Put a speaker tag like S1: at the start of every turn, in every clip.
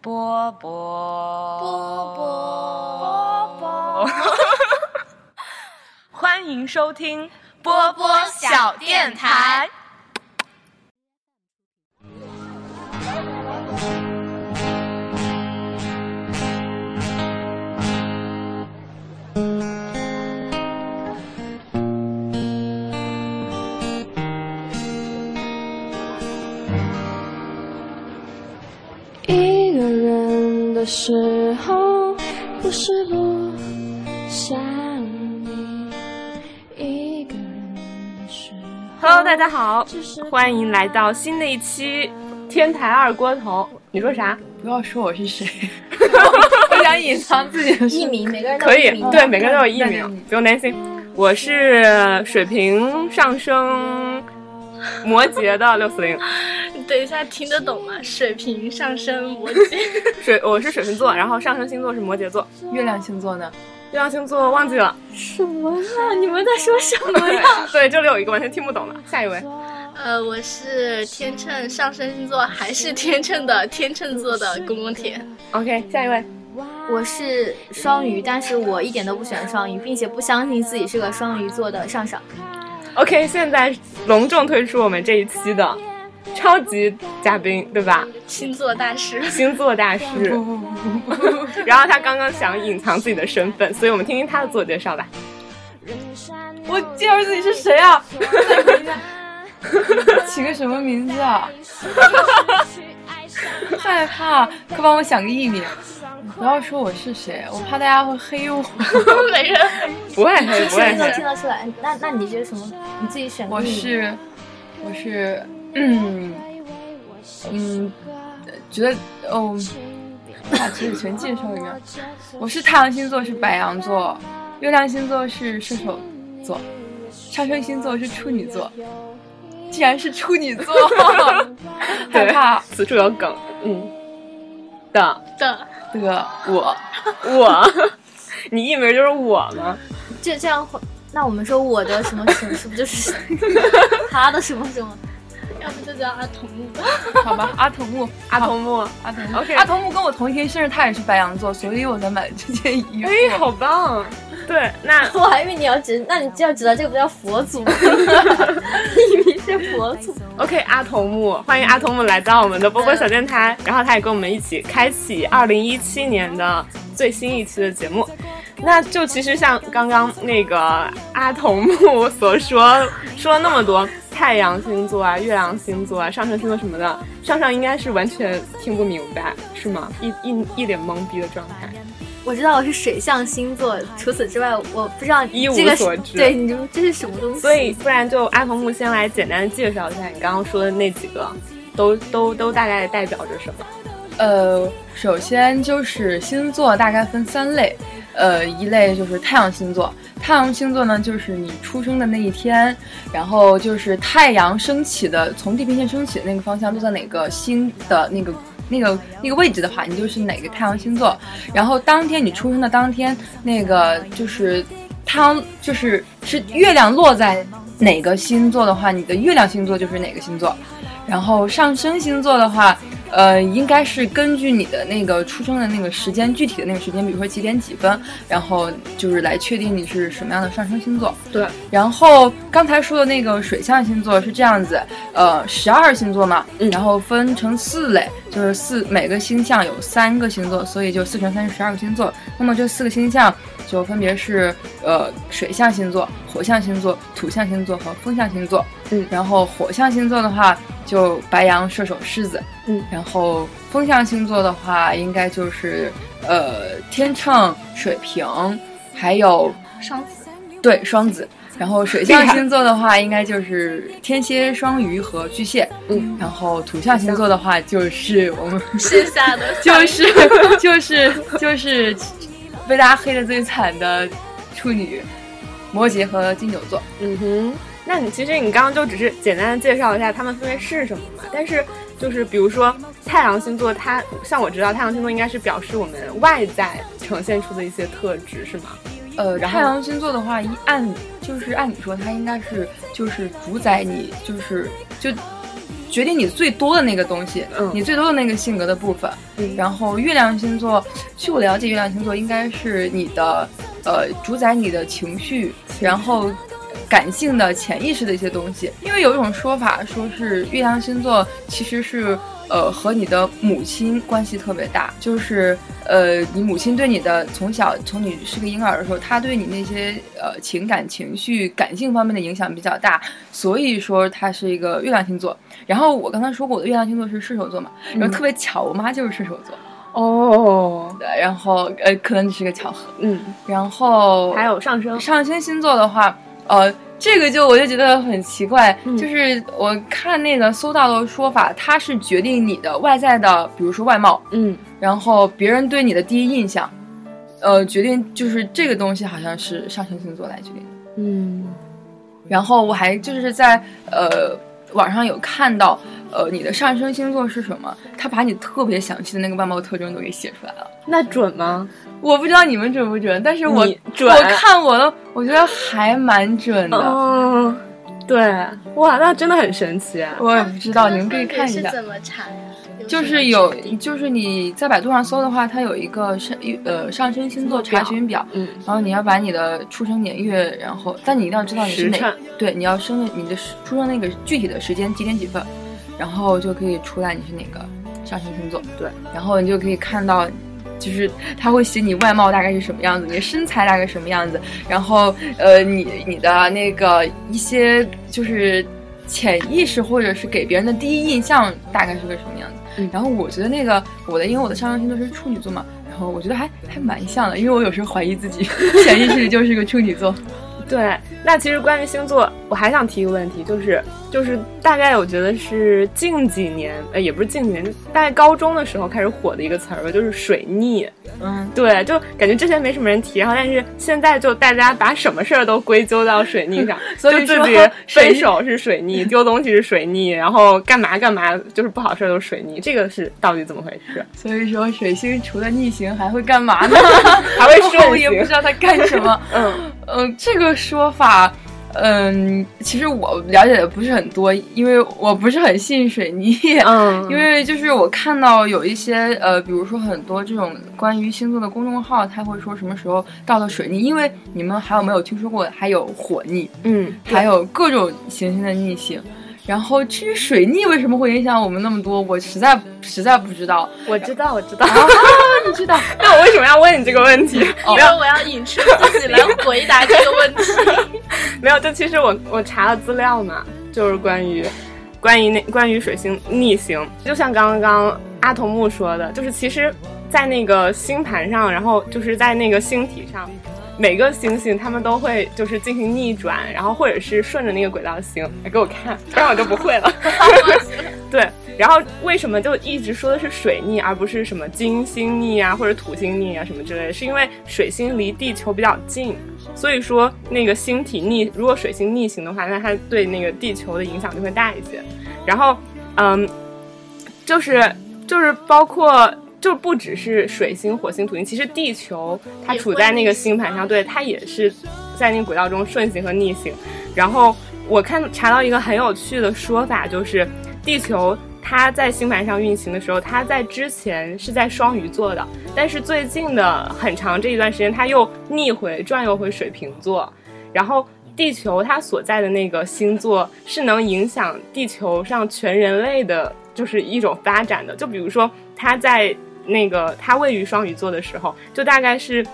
S1: 波波
S2: 波
S1: 波
S2: 波
S1: 波，欢迎收听波波小电台。
S3: 一个人的时候，不是不想你。一个人的时候
S4: Hello，大家好，
S3: 只是
S4: 欢迎来到新的一期《天台二锅头》。你说啥？
S2: 不要说我是谁，我想隐藏自己的
S5: 艺名，每个人都
S4: 可
S5: 有艺
S4: 以
S5: 名，
S4: 对，每个人都有艺
S2: 那就
S4: 名，不用担心。我是水平上升摩羯的 六四零，
S6: 等一下，听得懂吗？水平上升，摩羯
S4: 水我是水瓶座，然后上升星座是摩羯座，
S2: 月亮星座呢。
S4: 月亮星座忘记了。
S3: 什么呀？
S6: 你们在说什么呀？
S4: 对，这里有一个完全听不懂的，下一位。
S6: 呃，我是天秤上升星座，还是天秤的天秤座的公公铁。
S4: OK，下一位。
S5: 我是双鱼，但是我一点都不喜欢双鱼，并且不相信自己是个双鱼座的上上。
S4: OK，现在隆重推出我们这一期的超级嘉宾，对吧？
S6: 星座大师。
S4: 星座大师。 然后他刚刚想隐藏自己的身份，所以我们听听他的自我介绍吧。
S2: 我介绍自己是谁啊？ 起个什么名字 啊？害怕，快帮我想个艺名。不要说我是谁，我怕大家会黑我。
S6: 每个人
S4: 不会黑，不
S5: 其实
S4: 会
S5: 你能
S4: 黑
S5: 听。得出来，那那你这是什么？
S2: 嗯
S5: 你自己选的
S2: 我
S5: 艺名
S2: 是，我是，嗯嗯，觉得哦，把自己啊全介绍一遍。我是太阳星座是白羊座，月亮星座是射手座，上升星座是处女座。竟 然是处女 座，害
S4: 对
S2: 怕，
S4: 此处有梗。嗯，的
S6: 的
S2: 的我，
S4: 我，你艺名就是我吗？
S5: 这这样会，那我们说我的什么什么，是不是就是 他的什么什么？
S6: 要不就叫阿童木吧。
S2: 好吧，阿童木，
S4: 阿童木。
S2: 阿童木
S4: OK
S2: 阿童木跟我同一天生日，他也是白羊座，所以我才买了这件衣服。
S4: 哎，好棒！对，那
S5: 我还以为你要指，那你就要知道这个不叫佛祖， 你名是佛祖。
S4: OK，阿童木，欢迎阿童木来到我们的波波小电台，然后他也跟我们一起开启二零一七年的最新一期的节目。那就其实像刚刚那个阿童木所说，说了那么多太阳星座啊、月亮星座啊、上升星座什么的，上上应该是完全听不明白，是吗？一一一脸懵逼的状态。
S5: 我知道我是水象星座，除此之外我不知道
S4: 一无
S5: 这个是
S4: 所知
S5: 对，你这这是什么东西？
S4: 所以， 不然就阿童木先来简单的介绍一下你刚刚说的那几个，都都都大概代表着什么？
S2: 呃，首先就是星座大概分三类，呃，一类就是太阳星座，太阳星座呢就是你出生的那一天，然后就是太阳升起的，从地平线升起的那个方向落在哪个星的那个。那个那个位置的话，你就是哪个太阳星座。然后当天你出生的当天，那个就是太阳就是是月亮落在哪个星座的话，你的月亮星座就是哪个星座。然后上升星座的话，呃，应该是根据你的那个出生的那个时间，具体的那个时间，比如说几点几分，然后就是来确定你是什么样的上升星座。
S4: 对。
S2: 然后刚才说的那个水象星座是这样子，呃，十二星座嘛，然后分成四类，就是四每个星象有三个星座，所以就四乘三是十二个星座。那么这四个星象就分别是呃水象星座、火象星座、土象星座和风象星座。
S4: 嗯
S2: 然后火象星座的话，就白羊、射手、狮子。然后风象星座的话，应该就是呃天秤、水瓶，还有
S6: 双子。
S2: 对双子。然后水象星座的话，应该就是天蝎、双鱼和巨蟹。
S4: 嗯，
S2: 然后土象星座的话，就是我们
S6: 剩下的
S2: 就是 就是就是被大家黑的最惨的处女、摩羯和金牛座。
S4: 嗯哼，那你其实你刚刚就只是简单的介绍一下它们分别是什么嘛？但是就是比如说太阳星座它，像我知道太阳星座应该是表示我们外在呈现出的一些特质，是吗？
S2: 呃，
S4: 然
S2: 太
S4: 后
S2: 阳星座的话，一按就是按理说，它应该是就是主宰你，就是就决定你最多的那个东西，
S4: 嗯
S2: 你最多的那个性格的部分。
S4: 嗯
S2: 然后月亮星座，据我了解，月亮星座应该是你的呃主宰你的情绪，然后感性的、潜意识的一些东西。因为有一种说法说是月亮星座其实是呃和你的母亲关系特别大，就是呃你母亲对你的从小从你是个婴儿的时候，她对你那些呃情感、情绪、感性方面的影响比较大，所以说它是一个月亮星座。然后我刚才说过，我的月亮星座是射手座嘛，
S4: 嗯
S2: 然后特别巧，我妈就是射手座。
S4: 哦，
S2: 对，然后呃，可能只是个巧合。
S4: 嗯，
S2: 然后
S4: 还有上升，
S2: 上升星座的话，呃，这个就我就觉得很奇怪，
S4: 嗯
S2: 就是我看那个搜到的说法，它是决定你的外在的，比如说外貌，
S4: 嗯，
S2: 然后别人对你的第一印象，呃，决定就是这个东西好像是上升星座来决定的。
S4: 嗯，
S2: 然后我还就是在呃网上有看到，呃，你的上升星座是什么？他把你特别详细的那个外貌特征都给写出来了。
S4: 那准吗？
S2: 我不知道你们准不准，但是我
S4: 你准
S2: 我看我的，我觉得还蛮准的。
S4: 哦，对，哇，那真的很神奇啊！
S2: 我也不知道，你们可以看一
S6: 是
S2: 下。
S6: 怎么查呀？
S2: 就
S6: 什么
S2: 是有
S6: 指，定
S2: 就是你在百度上搜的话，它有一个上呃上升星座查询表，
S4: 嗯，
S2: 然后你要把你的出生年月，然后但你一定要知道你是
S4: 时
S2: 哪
S4: 辰，
S2: 对，你要生的你的时出生那个具体的时间几点几分，然后就可以出来你是哪个上升星座。
S4: 对，
S2: 然后你就可以看到，就是他会写你外貌大概是什么样子，你的身材大概什么样子，然后呃你你的那个一些就是潜意识或者是给别人的第一印象大概是个什么样子。
S4: 嗯
S2: 然后我觉得那个我的，因为我的上升星座是处女座嘛，然后我觉得还还蛮像的，因为我有时候怀疑自己 潜意识里就是个处女座。
S4: 对，那其实关于星座，我还想提一个问题，就是就是大概我觉得是近几年，呃，也不是近几年，大概高中的时候开始火的一个词儿，就是水逆。
S2: 嗯，
S4: 对，就感觉之前没什么人提，然后但是现在就大家把什么事儿都归咎到水逆 上，
S2: 所以
S4: 就自
S2: 说
S4: 己
S2: 水
S4: 分
S2: 逆
S4: 手是水逆，丢东西是水逆，然后干嘛干嘛就是不好事儿都是水逆，这个是到底怎么回 事？
S2: 所以说水星除了逆行还会干嘛呢？
S4: 还会
S2: 我
S4: 顺
S2: 也不知
S4: 行？
S2: 道它干什么。
S4: 嗯
S2: 嗯，这个说法，嗯，其实我了解的不是很多，因为我不是很信水逆。
S4: 嗯，
S2: 因为就是我看到有一些呃，比如说很多这种关于星座的公众号，他会说什么时候到了水逆，因为你们还有没有听说过还有火逆，
S4: 嗯
S2: 还有各种行星的逆行。然后至于水逆为什么会影响我们那么多，我实在实在不知道。
S4: 我知道我知道，
S2: 啊你知道，
S4: 那我为什么要问你这个问题？
S2: 哦
S6: 因为我要引出自己来回答这个问题。
S4: 没有，就其实我我查了资料嘛，就是关于关于那关于水星逆行，就像刚刚阿童木说的，就是其实，在那个星盘上，然后就是在那个星体上，每个星星它们都会就是进行逆转，然后或者是顺着那个轨道行。哎给我看，不然我就不会了。 对，然后为什么就一直说的是水逆，而不是什么金星逆啊，或者土星逆啊什么之类的？是因为水星离地球比较近，所以说那个星体逆，如果水星逆行的话，那它对那个地球的影响就会大一些。然后，嗯，就是就是包括。就不只是水星、火星、土星，其实地球它
S6: 也
S4: 处
S6: 会
S4: 在那个
S6: 逆行
S4: 星盘上，对它也是在那个轨道中顺行和逆行。然后我看查到一个很有趣的说法，就是地球它在星盘上运行的时候，它在之前是在双鱼座的，但是最近的很长这一段时间，它又逆回转悠回水瓶座，然后。地球它所在的那个星座是能影响地球上全人类的，就是一种发展的。就比如说，它在那个它位于双鱼座的时候，就大概是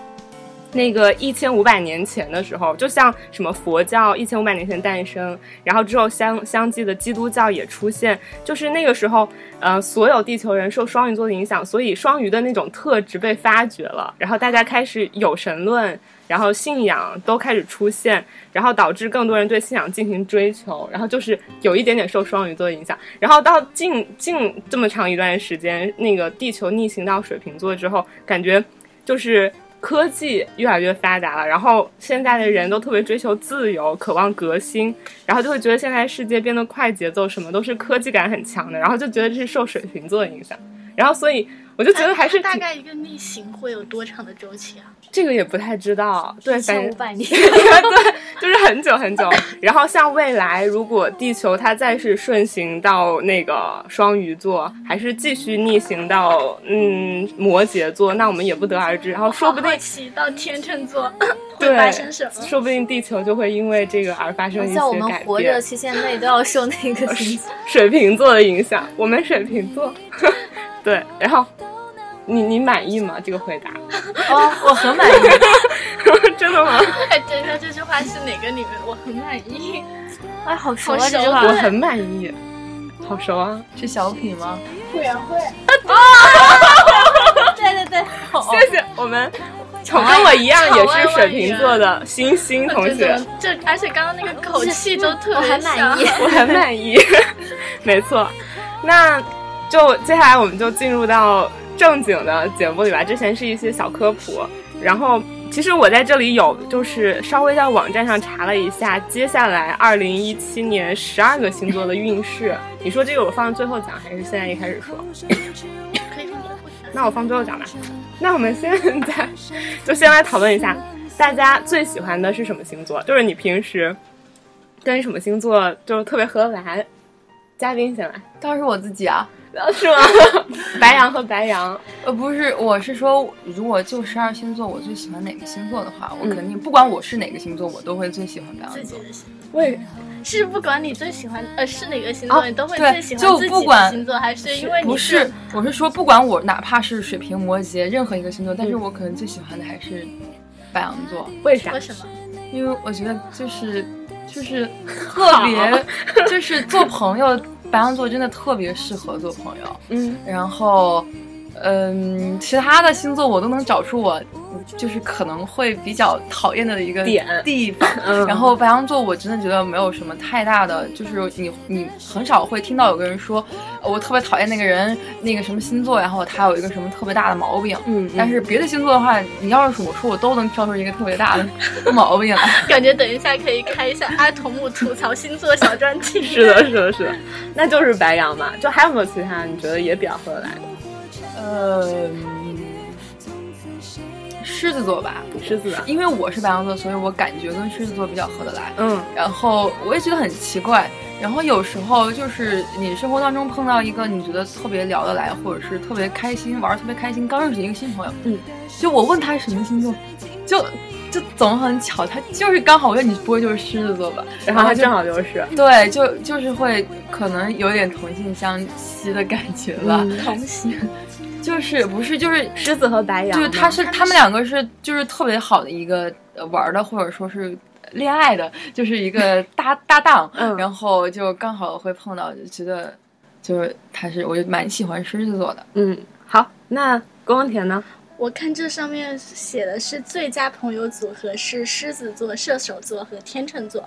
S4: 那个一千五百年前的时候，就像什么佛教一千五百年前诞生，然后之后相相继的基督教也出现，就是那个时候，呃，所有地球人受双鱼座的影响，所以双鱼的那种特质被发掘了，然后大家开始有神论，然后信仰都开始出现，然后导致更多人对信仰进行追求，然后就是有一点点受双鱼座的影响，然后到近近这么长一段时间，那个地球逆行到水瓶座之后，感觉就是科技越来越发达了，然后现在的人都特别追求自由，渴望革新，然后就会觉得现在世界变得快节奏，什么都是科技感很强的，然后就觉得这是受水瓶座的影响，然后所以。我我就觉得还是
S6: 大
S4: 挺
S6: 概一个逆行会有多长的周期啊？
S4: 这个也不太知道， 对，反
S5: 一千
S4: 正
S5: 五百年。
S4: 对，就是很久很久。然后像未来，如果地球它再是顺行到那个双鱼座，还是继续逆行到嗯摩羯座，那我们也不得而知。然后说不定
S6: 好奇到天秤 座会
S4: 对
S6: 发生什么？
S4: 说不定地球就会因为这个而发生一
S5: 像我
S4: 些
S5: 们
S4: 改
S5: 活着
S4: 变
S5: 的。期限内都要受那个星座。
S4: 水瓶座的影响，我们水瓶座， 对。然后你你满意吗？这个回答
S2: 哦， 我很满意。
S4: 真的吗？
S6: 哎，等一下，这句话是哪个里面？我很满意。
S5: 哎，好熟
S6: 好
S5: 啊，
S6: 熟
S5: 这句话
S4: 我。很满意，好熟啊！
S2: 是小品吗？
S6: 会啊会。
S5: 对对对，
S4: 谢谢我们，同跟我一样也是水瓶座的星星同
S6: 这
S4: 学
S6: 怎，么这而且刚刚那个口气都特
S5: 我
S6: 别
S5: 很
S6: 像
S5: 满意。
S4: 我很满意。 没错，那就接下来我们就进入到正经的节目里吧。之前是一些小科普，然后其实我在这里有就是稍微在网站上查了一下，接下来二零一七年十二个星座的运势。你说这个我放最后讲，还是现在一开始说？
S6: 可以放最后讲
S4: 那我放最后讲吧。那我们现在就先来讨论一下，大家最喜欢的是什么星座？就是你平时跟什么星座就是特别合来？嘉宾先来，
S2: 当时我自己啊，
S4: 呃 是吗？ 白羊和白羊，
S2: 呃，不是，我是说，如果就十二星座，我最喜欢哪个星座的话，我
S4: 嗯
S2: 肯定不管我是哪个星座，我都会最喜欢白羊
S6: 自己
S2: 座。
S6: 的星座，
S4: 为
S6: 是不管你最喜欢呃是哪个星座，
S2: 啊
S6: 你都会
S2: 对
S6: 最喜
S2: 就
S6: 欢自
S2: 不
S6: 己
S2: 管
S6: 的星座，还是因为你
S2: 不是，我是说，不管我哪怕是水瓶、摩羯任何一个星座，但是我可能最喜欢的还是白羊座，
S4: 为啥
S6: 为？什么？
S2: 因为我觉得就是 就是特别，就是做朋友，白羊座真的特别适合做朋友。
S4: 嗯，
S2: 然后，嗯，其他的星座我都能找出我就是可能会比较讨厌的一个
S4: 点
S2: 地方。
S4: 嗯
S2: 然后白羊座我真的觉得没有什么太大的，就是你你很少会听到有个人说呃我特别讨厌那个人那个什么星座，然后他有一个什么特别大的毛病。
S4: 嗯，
S2: 但是别的星座的话，你要是我说我都能挑出一个特别大 的毛病来。
S6: 感觉等一下可以开一下阿童木吐槽星座小专题。
S4: 是的，是的，是的，那就是白羊嘛。就还有没有其他你觉得也比较合得来的？
S2: 呃，狮子座吧，
S4: 狮子啊，
S2: 因为我是白羊座，所以我感觉跟狮子座比较合得来。
S4: 嗯
S2: 然后我也觉得很奇怪。然后有时候就是你生活当中碰到一个你觉得特别聊得来，或者是特别开心玩儿特别开心，刚认识一个新朋友，
S4: 嗯，
S2: 就我问他什么星座，就就总很巧，他就是刚好，我觉得你不会就是狮子座吧？
S4: 然后他
S2: 就
S4: 正好就是
S2: 对，就就是会可能有点同性相吸的感觉
S4: 嗯
S2: 吧，
S4: 同行，
S2: 就是不是就是
S4: 狮子和白羊
S2: 就
S4: 嘛，
S2: 是他是他们两个是就是特别好的一个呃玩儿的，或者说是恋爱的，就是一 个搭搭档，
S4: 嗯
S2: 然后就刚好会碰到，就觉得就是他是我就蛮喜欢狮子座的，
S4: 嗯，好，那宫田呢？
S6: 我看这上面写的是最佳朋友组合是狮子座、射手座和天秤座，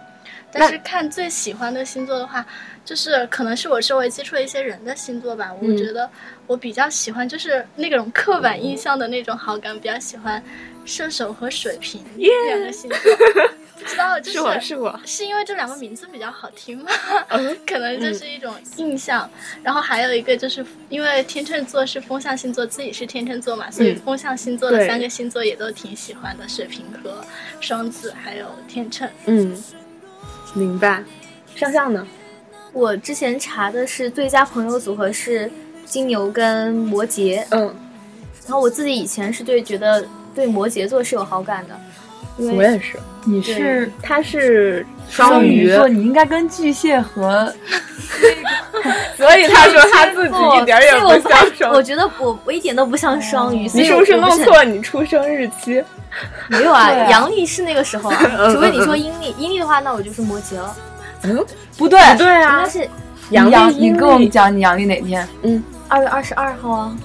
S6: 但是看最喜欢的星座的话，就是可能是我周围接触的一些人的星座吧。我
S4: 嗯
S6: 觉得我比较喜欢就是那种刻板印象的那种好感，比较喜欢射手和水瓶两个星座。 不知道就是
S4: 我是我，
S6: 是因为这两个名字比较好听吗？
S4: 嗯
S6: 可能就是一种印象。然后还有一个就是因为天秤座是风象星座，自己是天秤座嘛，所以
S4: 嗯
S6: 风象星座的
S4: 对
S6: 三个星座也都挺喜欢的，水瓶和双子还有天秤。
S4: 嗯，明白。上上呢？
S5: 我之前查的是最佳朋友组合是金牛跟摩羯，
S4: 嗯，
S5: 然后我自己以前是对觉得对摩羯座是有好感的，因
S4: 我
S5: 为
S4: 也是。
S2: 你
S5: 对
S2: 是。
S4: 他是
S2: 双
S4: 双鱼，
S2: 座，你应该跟巨蟹和
S4: 所以他说 他自己一点儿也不像
S5: 所以我
S4: 双
S5: 不太我。觉得我我一点都不像双
S2: 哦
S5: 鱼，所
S4: 你
S5: 以
S4: 是
S5: 我
S4: 不是
S5: 我
S4: 弄
S5: 不很
S4: 错你出生日期？
S5: 没有啊
S2: 对啊，
S5: 阳历是那个时候啊
S4: 嗯，
S5: 除非你说阴历，阴历的话，那我就是摩羯了，
S2: 不对，
S4: 对
S5: 应
S4: 啊
S5: 该，是
S2: 你
S4: 阳
S2: 阳
S4: 历阴
S2: 你
S4: 历
S2: 跟我们讲你阳历哪天，
S5: 二月二十二号啊，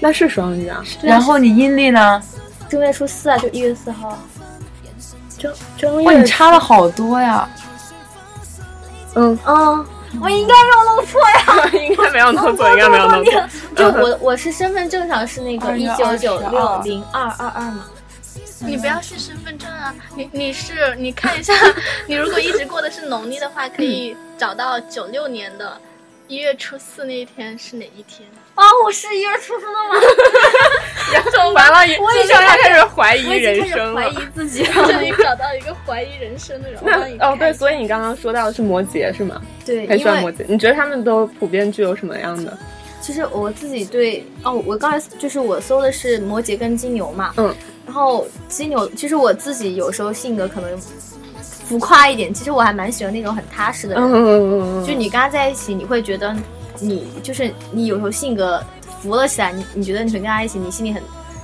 S4: 那是双鱼啊。
S5: 对啊
S2: 然后你阴历呢？
S5: 正月初四啊，就一月四号啊，
S4: 正正
S2: 哇，
S4: 月
S2: 你差了好多呀！
S4: 嗯，
S5: 嗯，我应该没有弄错呀，
S4: 应该没有 弄错，应该没有弄错。
S5: 就我我是身份证上是那个
S2: 二
S5: 一
S2: 月
S5: 九九六
S2: 22
S5: 零二二二嘛，
S6: 你不要去身份证啊，你你是 你看一下，你如果一直过的是农历的话，可以找到九六年的。一月初四那一天是哪一 天？
S5: 啊，我是一月初四的吗？
S4: 完了，
S5: 我已
S4: 这时
S5: 经
S4: 候要开始怀疑
S5: 我已经
S4: 人
S5: 开
S4: 生
S5: 始怀
S4: 了。
S5: 疑自己
S6: 这
S5: 了。
S6: 里找到一个怀疑人生的人，我
S4: 那
S6: 帮
S4: 哦，
S6: 你看
S4: 对，
S6: 一下
S4: 所以你刚刚说到的是摩羯是吗？
S5: 对，
S4: 还
S5: 因
S4: 算摩
S5: 为
S4: 羯？你觉得他们都普遍具有什么样的？
S5: 其实我自己对哦，我刚才就是我搜的是摩羯跟金牛嘛，
S4: 嗯，
S5: 然后金牛其实我自己有时候性格可能浮夸一点，其实我还蛮喜欢那种很踏实的人，
S4: 嗯嗯嗯嗯
S5: 就
S4: 嗯。
S5: 你跟他在一起，你会觉得你就是你有时候性格浮了起来，你你觉得你跟他一起，你心里很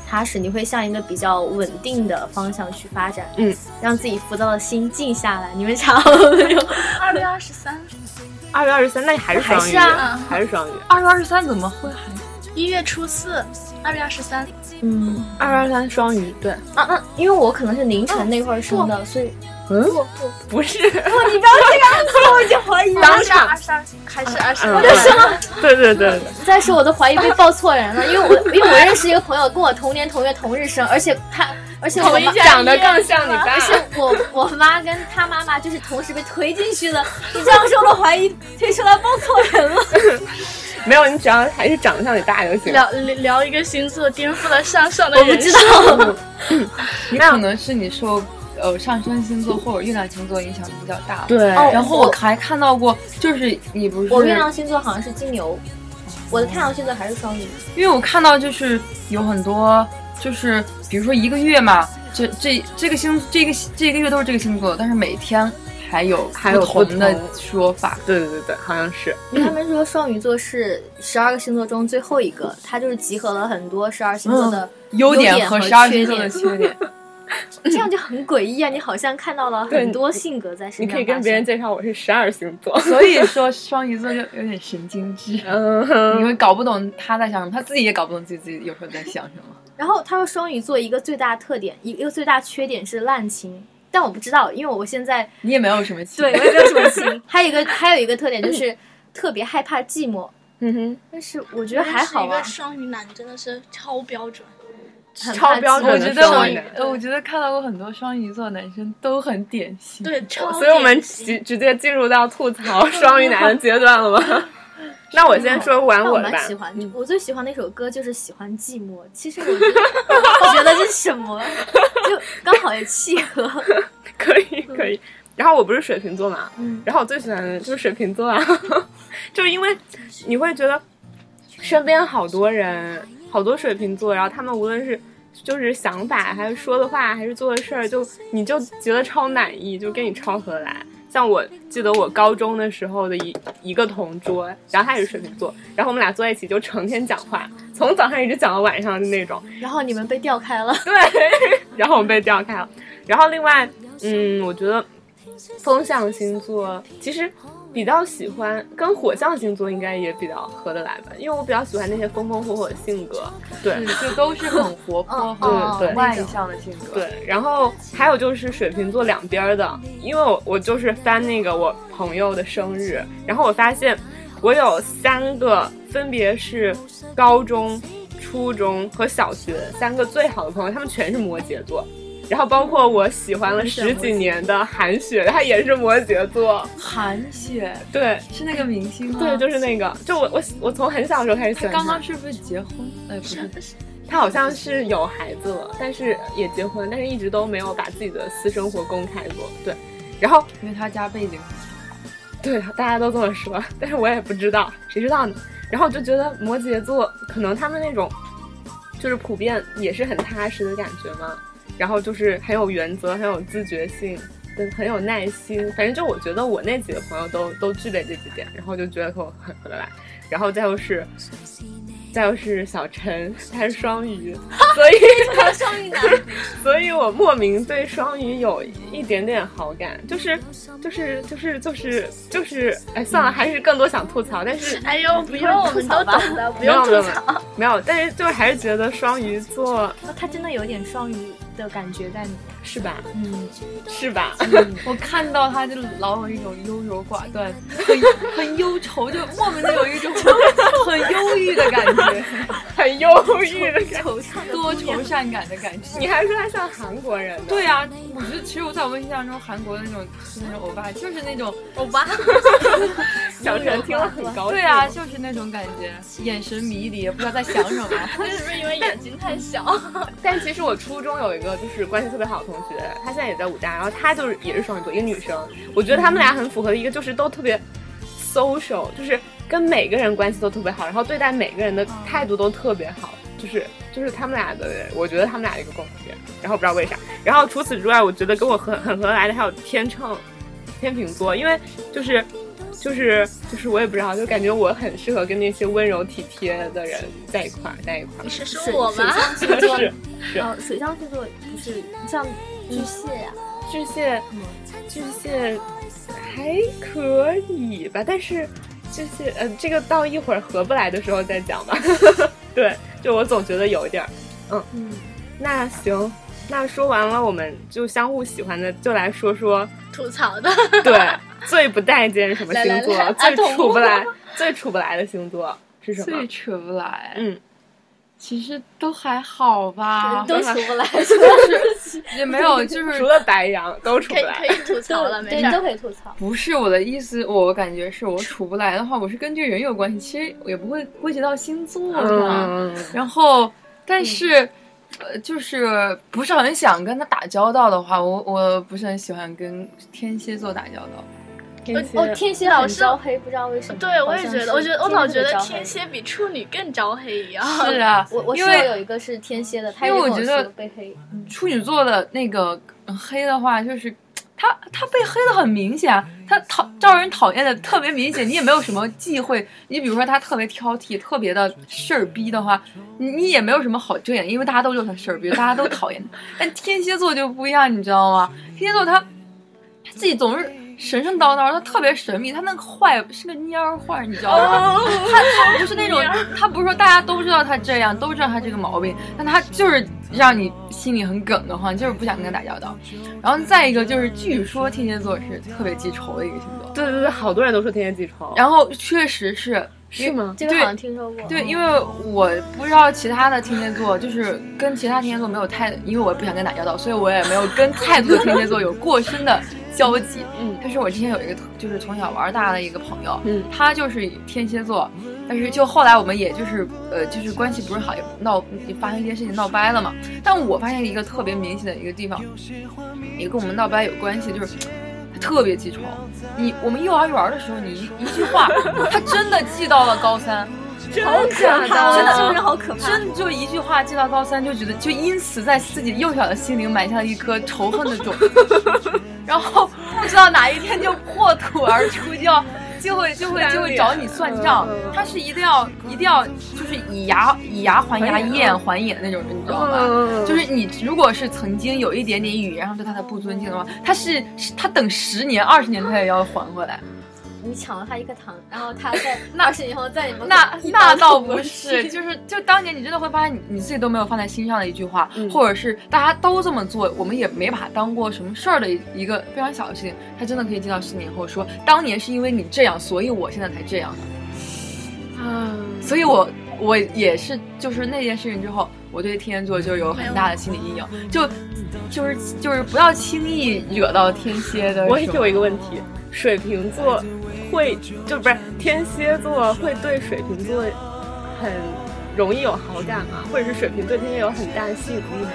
S5: 踏实，你会向一个比较稳定的方向去发展，
S4: 嗯，
S5: 让自己浮躁的心静下来。你们想要 没有？
S6: 二月二十三，
S4: 二月二十三，那你还是嗯
S5: 还
S4: 双鱼
S5: 是啊，
S4: 还是双鱼。
S2: 二月二十三怎么会还？
S6: 一月初四，二月二十三，
S5: 嗯
S4: 二月二十三双鱼，对，
S5: 啊那因为我可能是凌晨那会儿生的，所以
S4: 嗯，
S6: 不不，
S4: 不是，
S5: 你不要这样子，我已经怀疑
S4: 当
S6: 是二
S4: 场，
S6: 十二，还是二十
S4: 嗯
S6: 二？
S4: 对对对，
S5: 但是我的怀疑被报错人了，因为我因为我认识一个朋友，跟我同年同月同日生，而且他而且我妈
S4: 长得更像你爸
S5: 而，且我我妈跟她妈妈就是同时被推进去的，你这样说我怀疑推出来报错人了。
S4: 没有，你只要还是长得像你爸就行。
S6: 聊聊聊一个星座颠覆了向上的
S5: 我不
S6: 人
S5: 知
S6: 生，
S5: 道，
S2: 你可能是你受呃上升星座或者月亮星座影响比较大。。
S4: 对，
S5: 哦
S2: 然后我还看到过，就是你不是
S5: 我月亮星座好像是金牛，我的太阳星座还是双鱼。
S2: 因为我看到就是有很多，就是比如说一个月嘛，这这这个星这个这个月都是这个星座，但是每天还有
S4: 还有
S2: 不
S4: 不
S2: 同的
S4: 同
S2: 说法。
S4: 对对对对，好像是。
S5: 他们说双鱼座是十二个星座中最后一个，它就是集合了很多十二星座的，
S4: 嗯
S2: 优
S5: 优点
S2: 和
S5: 和
S2: 十二
S5: 缺
S2: 星座的
S5: 点
S2: 缺点，
S5: 这样就很诡异啊！你好像看到了很多性格在身
S4: 你
S5: 上。
S4: 可以跟别人，介绍我是十二星座，。
S2: 所以说双鱼座就有点神经质
S4: 嗯
S2: 你
S4: 哼，
S2: 会搞不懂他在想什么，他自己也搞不懂自己自己有时候在想什么。
S5: 然后他说双鱼座一个最大特点，一一个最大缺点是滥情，但我不知道，因为我现在
S2: 你也没有什么期
S5: 对，
S2: 待
S5: 我也没有什么心。 还有一个还有一个特点就是特别害怕寂寞，
S4: 嗯哼，
S5: 但是我觉得还好
S6: 一个
S5: 吧。
S6: 双鱼男真的是超标准，
S5: 很怕
S4: 超标
S5: 寂
S4: 准
S5: 寞
S2: 我
S4: 的
S2: 觉得
S4: 双鱼男
S2: 我，我觉得看到过很多双鱼座男生都很典 型。
S6: 对，超
S4: 所以我们
S6: 典型
S4: 直直接进入到吐槽双鱼男的阶段了 吗？那我先说完
S5: 但我
S4: 我的
S5: 蛮
S4: 吧。
S5: 喜欢，我最喜欢的一首歌就是《喜欢寂寞》。其实我觉得，我觉得这是什么，就刚好也契合。
S4: 可以可以。然后我不是水瓶座嘛，
S5: 嗯
S4: 然后我最喜欢的就是水瓶座啊， 就是因为你会觉得身边好多人，好多水瓶座，然后他们无论是就是想法，还是说的话，还是做的事儿，就你就觉得超满意，就跟你超合得来。像我记得我高中的时候的一一个同桌，然后他也是水瓶座，然后我们俩坐在一起就成天讲话，从早上一直讲到晚上的那种。
S5: 然后你们被调开了，
S4: 对，然后我们被调开了。然后另外，嗯，我觉得风象星座其实比较喜欢，跟火象星座应该也比较合得来吧，因为我比较喜欢那些风风火火的性格。对。
S2: 嗯，就都是很活泼、
S5: 嗯
S4: 嗯
S2: 很
S4: 对
S2: 外向的性格。，
S4: 对，然后还有就是水瓶座两边儿的，因为我我就是翻那个我朋友的生日，然后我发现我有三个分别是高中、初中和小学三个最好的朋友，他们全是摩羯座。然后包括我喜欢了十几年的韩雪，她也是摩羯座。
S2: 韩 雪
S4: 对，
S2: 是那个明星吗？
S4: 对，就是那个，就我我我从很小的时候开始喜
S2: 他
S4: 欢
S2: 刚
S4: 她
S2: 刚。是不是结婚？哎，不是，
S4: 她好像是有孩子了，但是也结婚，但是一直都没有把自己的私生活公开过。对，然后
S2: 因为他家背景。
S4: 对，大家都这么说， 但是我也不知道，谁知道呢？然后我就觉得摩羯座可能他们那种，就是普遍也是很踏实的感觉嘛，然后就是很有原则，很有自觉性，对，很有耐心。反正就我觉得我那几个朋友都都具备这几点，然后就觉得和我很合得来。然后再就是，再就是小陈，他是双鱼， 所以
S5: 双鱼男。
S4: 所以我莫名对双鱼有一点点好感，就是就是就是就是就是，哎，算了，还是更多想吐槽，但是
S6: 哎呦，不用，我们 都懂的，不
S4: 没有
S6: 用
S4: 没有
S6: 吐
S4: 没
S6: 槽。
S4: 有没有，但是就是还是觉得双鱼座
S5: 他真的有点双鱼的感觉在里面。
S4: 是吧？
S5: 嗯，
S4: 是吧？
S2: 我看到他就老有一种优柔寡断，很很忧愁，就莫名的 有一种很忧郁的感觉，
S4: 很忧郁的感觉。
S2: 多愁善感的感觉。
S4: 你还说他像韩国人呢？
S2: 对呀、我觉得其实我在我印象中，韩国的那种就是那种欧巴，就是那种
S5: 欧
S4: 哦
S5: 巴，
S4: 小陈听了很高兴。
S2: 对啊，就是那种感觉，眼神迷离，也不知道在想什 么。
S5: 是不是因为眼睛太小？
S4: 但其实我初中有一个就是关系特别好的同学，她现在也在武大，然后她就是也是双鱼座，一个女生。我觉得他们俩很符合的一个就是都特别 social，就是跟每个人关系都特别好，然后对待每个人的态度都特别好，就是就是他们俩的，我觉得他们俩有一个共同点，然后不知道为啥。然后除此之外，我觉得跟我很很合得来的还有天秤、天秤座，因为就是。就是就是我也不知道，就感觉我很适合跟那些温柔体贴的人在一块儿，在一块
S6: 你是说
S5: 水
S6: 我吗？
S5: 水象星座
S4: 是，是
S5: 哦，水象星座不是像巨蟹啊呀、
S4: 儿。巨蟹巨蟹还可以吧，但是巨蟹呃，这个到一会儿合不来的时候再讲吧。 对，就我总觉得有一点儿，嗯嗯。那行，那说完了，我们就相互喜欢的，就来说说
S6: 吐槽的，
S4: 对最不待见是什么
S6: 来来
S4: 星座，
S6: 来
S4: 最
S6: 安童
S4: 处不
S6: 木
S4: 来、最处不来的星座是什么
S2: 最？扯不来，
S4: 嗯，
S2: 其实都还好吧，
S5: 都出不来，
S2: 也没 有，就是
S4: 除了白羊都处
S6: 可
S4: 不
S6: 以
S4: 来
S6: 可。以吐槽了，没
S5: 对你
S6: 事儿。
S5: 都可以吐槽。
S2: 不是我的意思，我感觉是我处不来的话，我是跟这个人有关系，其实也不会归结到星座上。
S4: 嗯，
S2: 然后，但是，呃，就是不是很想跟他打交道的话，我我不是很喜欢跟天蝎座打交道。
S4: 天蝎
S5: 哦，天蝎
S6: 老
S5: 很
S6: 是
S5: 招黑，不知道为什么。
S6: 对，我也
S5: 好像
S6: 觉
S5: 是
S6: 得，我觉得我老觉得
S5: 招黑
S6: 天。蝎比处女更招黑一样。
S2: 是啊，
S5: 我我室
S2: 因
S5: 友有
S2: 为
S5: 一个是天蝎的，他
S2: 因
S5: 也
S2: 为我
S5: 跟我
S2: 觉得
S5: 说被黑。
S2: 处女座的那个呃黑的话，就是他他被黑的很明显啊，他讨招人讨厌的特别明显，你也没有什么忌讳。你比如说他特别挑剔，特别的事儿逼的话，你你也没有什么好遮掩，因为大家都知道他事儿逼，大家都讨厌他。但天蝎座就不一样，你知道吗？天蝎座他他自己总是。神神叨叨，他特别神秘，他那个坏是个蔫儿坏，你知道吗？他他不是那种，他不是说大家都知道他这样，都知道他这个毛病，但他就是让你心里很梗的慌，就是不想跟他打交道。然后再一个就是，据说天蝎座是特别记仇的一个星座，
S4: 对对对，好多人都说天蝎记仇，
S2: 然后确实哦是
S4: 是吗？
S5: 这个
S2: 对
S5: 好像听说过。嗯
S2: 对，因为我不知道其他的天蝎座，就是跟其他天蝎座没有太，因为我也不想跟打交道，所以我也没有跟太多的天蝎座有过深的交集。
S4: 嗯
S2: 但是我之前有一个特就是从小玩大的一个朋友，
S4: 嗯
S2: 他就是天蝎座，但是就后来我们也就是呃就是关系不是好，也闹也发生一些事情闹掰了嘛。但我发现一个特别明显的一个地方，也跟我们闹掰有关系，就是。他特别记仇，你我们幼儿园的时候，你一一句话，他真的记到了高三。
S5: 好可 怕，
S2: 真的
S5: 这种人好可怕。
S2: 真的就一句话，记到高三就觉得，就因此在自己幼小的心灵埋下了一颗仇恨的种子，然后不知道哪一天就破土而出，就要就会就会就会找你算账
S4: 嗯。
S2: 他是一定要一定要就是以牙以牙还牙，以眼还眼那种人，你知道吗？
S4: 嗯
S2: 就是你如果是曾经有一点点语言上对他的不尊敬的话，他是是他等十年二十年他也要还回来。
S5: 你抢了他一颗糖，然后他 在二十年后在你 们
S2: 那那倒不是， 就是就当年你真的会发现你你自己都没有放在心上的一句话，
S4: 嗯
S2: 或者是大家都这么做，我们也没把它当过什么事儿的一一个非常小的事情，他真的可以进到十年以后说，当年是因为你这样，所以我现在才这样的。
S4: 啊，
S2: 所以我我也是，就是那件事情之后，我对天蝎座就有很大的心理阴影，就就是就是不要轻易惹到天蝎的手。
S4: 我也有一个问题，水瓶座会就不是天蝎座会对水瓶座很容易有好感吗？或者是水瓶对天蝎有很大的吸引力吗？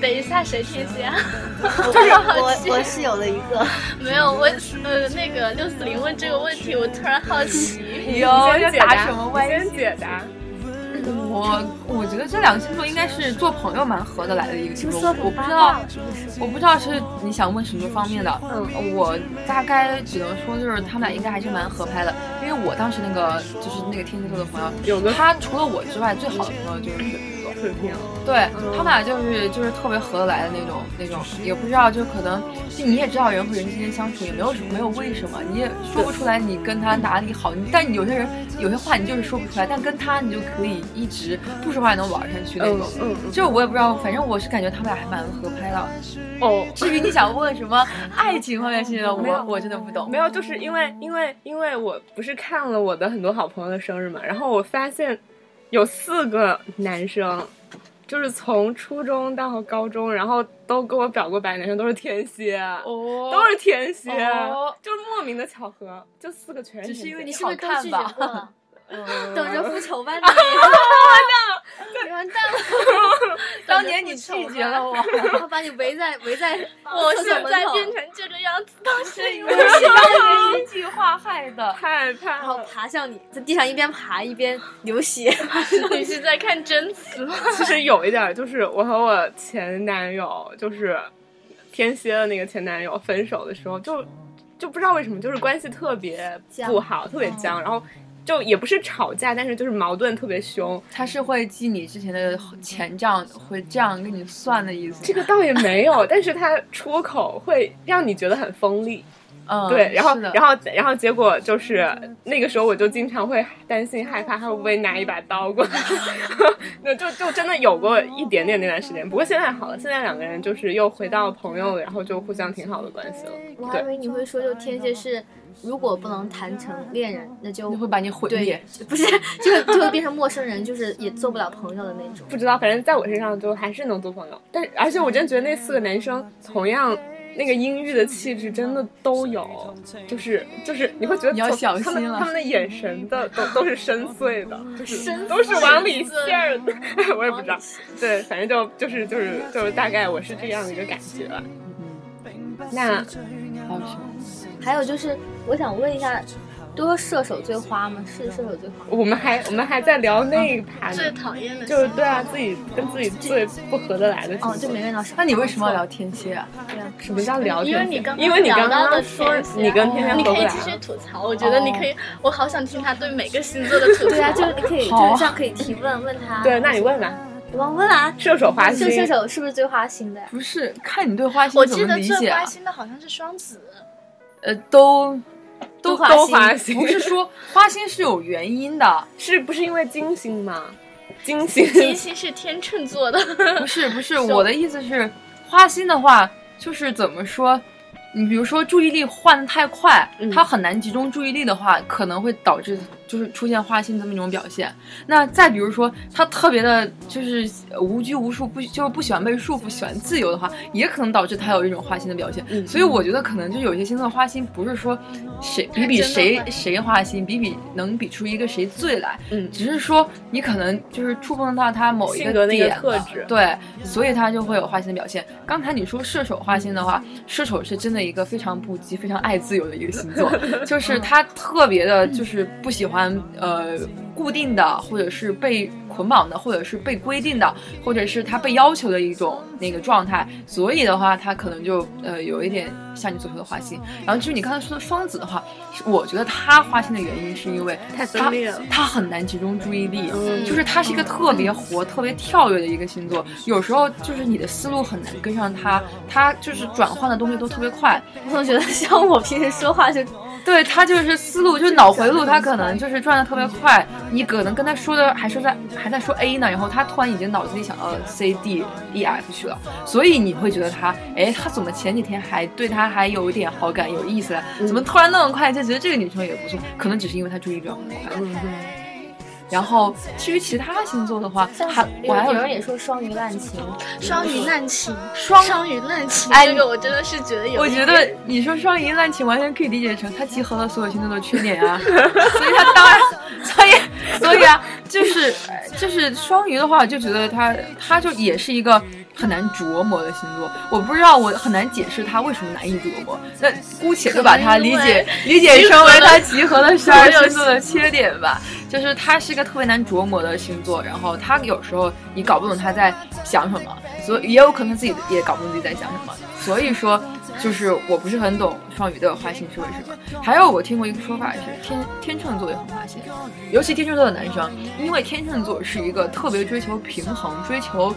S6: 等一下，谁天蝎啊？
S5: 就是 我我室友的一个，
S6: 没有，我呃那个六四零问这个问题，我突然好奇。
S4: 你
S2: 哟
S4: 先
S2: 这
S4: 解
S2: 哎打
S4: 答
S2: 什么
S4: 你
S2: 歪
S4: 先解答。
S2: 我我觉得这两个星座应该是做朋友蛮合得来的一个星座，我不知道
S5: 八卦了是不是？
S2: 我不知道是你想问什么方面的，呃
S4: 嗯
S2: 我大概只能说就是他们俩应该还是蛮合拍的，因为我当时那个就是那个天蝎座的朋友，
S4: 有个
S2: 他除了我之外最好的朋友就是水瓶座，
S4: 特别妙。
S2: 对
S4: 嗯
S2: 他们俩就是就是特别合得来的那种那种，也不知道就可能就你也知道人和人之间相处也没有什没有为什么，你也说不出来你跟他哪里好，你但有些人有些话你就是说不出来，但跟他你就可以一直不说话也能玩下去那
S4: 嗯
S2: 种。
S4: 嗯，嗯
S2: 就是我也不知道，反正我是感觉他们俩还蛮合拍的。
S4: 哦，
S2: 至于你想问什么爱情方面信息的，
S4: 没有
S2: 我我真的不懂
S4: 没。有，就是因为因为因为我不是看了我的很多好朋友的生日嘛，然后我发现有四个男生，就是从初中到高中，然后都跟我表过白，男生都是天蝎，
S2: 哦
S4: 都是天蝎，
S2: 哦
S4: 就是莫名的巧合，就四个全是天
S2: 只是
S4: 蝎
S2: 因为你
S5: 是不是都
S2: 好看
S5: 拒
S2: 吧
S5: 绝过了？
S4: 嗯
S5: 等着复 仇吧你！完蛋了，
S2: 当年你拒绝了我，
S5: 完蛋了！然后 把你围在围在
S6: 我
S5: 厕
S6: 现
S5: 所门
S6: 在
S5: 口
S6: 变成这个样子，当时
S2: 是因为当年一句话害的。
S4: 太太
S5: 然后
S4: 了。
S5: 爬向你，在地上一边爬一边流 血。
S6: 你是在看真词吗？
S4: 其实有一点儿，就是我和我前男友，就是天蝎的那个前男友，分手的时候就就不知道为什么，就是关系特别不好，特别僵，然后就也不是吵架，但是就是矛盾特别凶。
S2: 他是会记你之前的前账，会这样跟你算的意思吗。
S4: 这个倒也没有，但是他出口会让你觉得很锋利，
S2: 嗯，
S4: 对，然后
S2: 是的嗯
S4: 然后然后结果就是那个时候我就经常会担心害怕他会不会拿一把刀 过来，那就就真的有过一点点那段时间，不过现在好了，现在两个人就是又回到朋友，然后就互相挺好的关系了。
S5: 我还以
S4: 对，
S5: 为你会说，就天蝎是如果不能谈成恋人，那就
S2: 就会把你毁灭
S5: 对。，不是 就会就会变成陌生人，就是也做不了朋友的那种。
S4: 不知道，反正在我身上就还是能做朋友，但是而且我真觉得那四个男生同样。那个阴郁的气质真的都有，就是就是你会觉得
S2: 你要
S4: 从
S2: 小
S4: 他们
S2: 心了
S4: 他们的眼神的都都是深邃的，就是都是往里陷儿的， 我也不知道。对，反正就就是就是就是大概我是这样的一个感觉。 那
S2: 还有什么？
S5: 还有就是，我想问一下，都说射手最花吗？是射手最
S2: 嗯
S5: 花吗？
S4: 我们还我们还在聊那一趴呢
S6: 最，讨厌的是
S4: 就是对啊，自己跟自己最不合得来的
S5: 哦，
S4: 事
S5: 就
S4: 情。
S5: 没问到什么。
S2: 那你为什么要聊天蝎啊？
S4: 什么叫聊
S6: 嗯因为
S4: 天
S6: 你刚
S4: 因为你刚
S6: 聊到
S4: 刚
S6: 的
S4: 说
S6: 天蝎
S4: 你跟天天
S6: 你
S4: 合
S6: 可
S4: 不
S6: 以
S4: 来
S6: 继续
S4: 了，哦
S6: 吐槽，我觉得你可以，我好想听他对每个星座的吐 槽。
S5: 对啊，就是你可以，就
S2: 好啊
S5: 是这样可以提问问他。
S4: 对，那你问吧。
S5: 我忘问了啊，
S4: 射手花心
S5: 就，射手是不是最花心的呀？
S2: 不是，看你对花心
S6: 我
S2: 怎
S6: 记
S2: 么
S6: 得
S2: 理
S6: 最
S2: 解
S6: 花
S2: 啊？
S6: 心的好像是 双子，
S2: 呃，都
S5: 都花
S4: 都
S5: 心，
S4: 花心，
S2: 不是说花心是有原因的，
S4: 是不是因为金星嘛？金星，
S6: 金星是天秤座的，
S2: 不是不是，我的意思是，花心的话就是怎么说？你比如说注意力换的太快，
S4: 嗯
S2: 他很难集中注意力的话，可能会导致就是出现花心这么一种表现。那再比如说他特别的就是无拘无束，不就是不喜欢被束缚，喜欢自由的话，也可能导致他有一种花心的表现。
S4: 嗯
S2: 所以我觉得可能就有一些星座花心，不是说谁比比
S6: 真的
S2: 谁
S6: 花心
S2: 谁花心，比比能比出一个谁最来，
S4: 嗯
S2: 只是说你可能就是触碰到他某一
S4: 性格的一个
S2: 点
S4: 特
S2: 了
S4: 质
S2: 对，所以他就会有花心的表现。刚才你说射手花心的话，射手是真的一个非常不羁、非常爱自由的一个星座，就是他特别的，就是不喜欢呃固定的，或者是被捆绑的，或者是被规定的，或者是他被要求的一种那个状态。所以的话，他可能就呃有一点像你所说的花心。然后就是你刚才说的双子的话，是我觉得他花心的原因是因为
S4: 太分
S2: 他
S4: 裂了
S2: 他很难集中注意力。
S4: 嗯
S2: 就是他是一个特别活、特别跳跃的一个星座，有时候就是你的思路很难跟上他，他就是转换的东西都特别快，
S5: 我总觉得像我平时说话就
S2: 对他就是思路就是脑回路，他可能就是转的特
S5: 嗯
S2: 别快，你可能跟他说的还说在还在说 A 呢，然后他突然已经脑子里想到了 C D E F 去了，所以你会觉得他，哎，他怎么前几天还对他还有一点好感、有意思了，
S5: 嗯
S2: 怎么突然那么快就觉得这个女生也不错？可能只是因为他注意力转换快。
S4: 嗯嗯
S2: 然后至于其他星座的话，
S5: 像
S2: 还我
S5: 有
S2: 还
S5: 有
S2: 有
S5: 人也说双鱼滥情，
S6: 双鱼滥情，
S2: 双
S6: 双鱼滥情，
S2: 哎
S6: 这个我真的是觉得有
S2: 我
S6: 一
S2: 觉
S6: 点。
S2: 得你说双鱼滥情完全可以理解成他集合了所有星座的缺点 啊，所以他当然，所以所以啊，就是就是双鱼的话，我就觉得他他就也是一个很难琢磨的星座，我不知道我很难解释他为什么难以琢磨，那姑且就把它理解理解成为他集合了十二星座的缺点吧。就是他是一个特别难琢磨的星座，然后他有时候你搞不懂他在想什么，所以也有可能自己也搞不懂自己在想什么。所以说，就是我不是很懂双鱼的花心是为什么。还有我听过一个说法是天天秤座也很花心，尤其天秤座的男生，因为天秤座是一个特别追求平衡、追求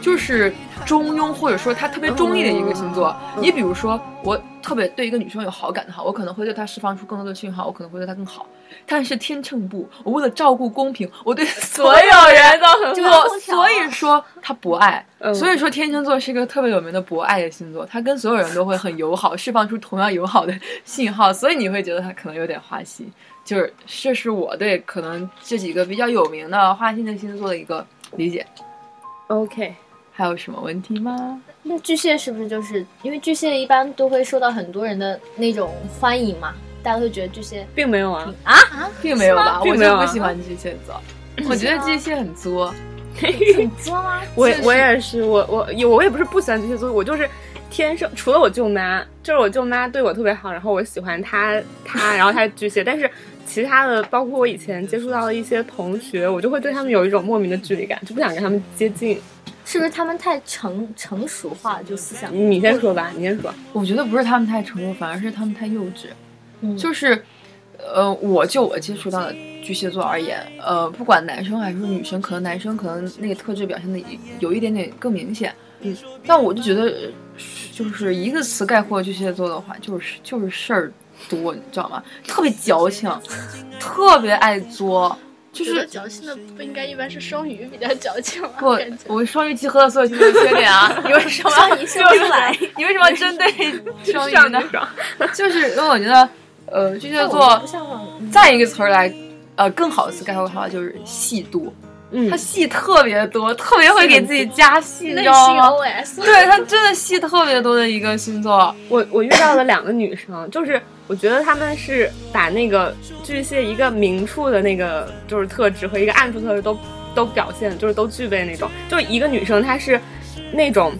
S2: 就是中庸或者说他特别中立的一个星座。你比如说，我特别对一个女生有好感的话，我可能会对她释放出更多的讯号，我可能会对她更好。但是天秤不，我为了照顾公平， 我对所有人都很好，所以说他不爱。
S4: 啊嗯
S2: 所以说天秤座是一个特别有名的博爱的星座，他跟所有人都会很友好，释放出同样友好的信号，所以你会觉得他可能有点花心。就是这是我对可能这几个比较有名的花心的星座的一个理解。
S4: OK，
S2: 还有什么问题吗？
S5: 那巨蟹是不是就是因为巨蟹一般都会受到很多人的那种欢迎嘛？大家都会觉得巨蟹
S4: 并没有
S6: 嗯
S4: 啊，
S2: 并没有吧，
S4: 并
S2: 我
S4: 没有
S2: 就
S4: 啊
S2: 不喜欢巨蟹座，我觉得巨蟹很作。
S5: 很作啊吗？
S4: 我
S2: 是
S4: 我也是，我我我也不是不喜欢巨蟹座，我就是天生除了我舅妈，就是我舅妈对我特别好，然后我喜欢她她，然后她是巨蟹，但是其他的包括我以前接触到的一些同学，我就会对他们有一种莫名的距离感，就不想跟他们接近。
S5: 是不是他们太成成熟化了就思想？
S4: 你先说吧，你先 说。
S2: 我觉得不是他们太成熟，反而是他们太幼稚。
S5: 嗯
S2: 就是，呃，我就我接触到的巨蟹座而言，呃，不管男生还是女生，可能男生可能那个特质表现的有一点点更明显。嗯，但我就觉得，呃就是一个词概括巨蟹座的话，就是就是事儿多，你知道吗？特别矫情，特别爱作，就
S6: 觉得
S2: 是
S6: 矫情的不应该一般是双鱼比较矫情吗？
S2: 不
S6: 感，觉
S2: 我们双鱼集合了所有星座的缺点啊！ 你为什么
S5: 双鱼说不出来？
S2: 你为什么要针对 双鱼呢？
S4: 爽
S2: 就是因为我觉得，呃，巨蟹
S5: 我
S2: 座
S5: 不像网嗯
S2: 再一个词儿来，呃，更好的词概括它就是戏多，
S4: 嗯
S2: 他，戏特别多，特别会给自己加戏，你
S6: 内
S2: 知道
S6: 心
S2: 吗？
S6: OS，
S2: 对他真的戏特别多的一个星座，
S4: 我我遇到了两个女生，就是我觉得她们是把那个巨蟹一个明处的那个就是特质和一个暗处特质都都表现，就是都具备那种。就是一个女生她是那种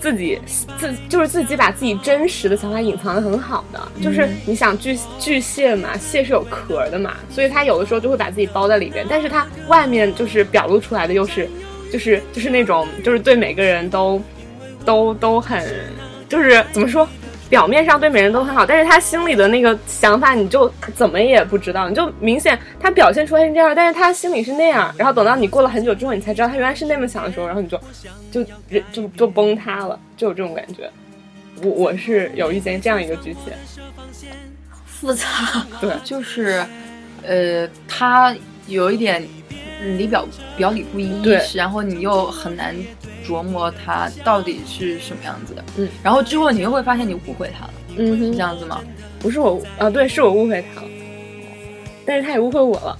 S4: 自己自就是自己把自己真实的想法隐藏的很好的，
S2: 嗯
S4: 就是你想巨巨蟹嘛，蟹是有壳的嘛，所以她有的时候就会把自己包在里边，但是她外面就是表露出来的又是就是就是那种就是对每个人都都都很就是怎么说，表面上对每人都很好，但是他心里的那个想法，你就怎么也不知道，你就明显他表现出来是这样，但是他心里是那样，然后等到你过了很久之后，你才知道他原来是那么想的时候，然后你就就人就就崩塌了，就有这种感觉。我我是有遇见这样一个巨蟹，
S5: 复杂，
S2: 就是，呃，他有一点里表表里不一，
S4: 对
S2: 然后你又很难琢磨他到底是什么样子的，
S4: 嗯，
S2: 然后之后你又会发现你误会他了，
S4: 嗯
S2: 是这
S4: 哼，
S2: 样子吗？
S4: 不是我啊，对，是我误会他了，但是他也误会我了，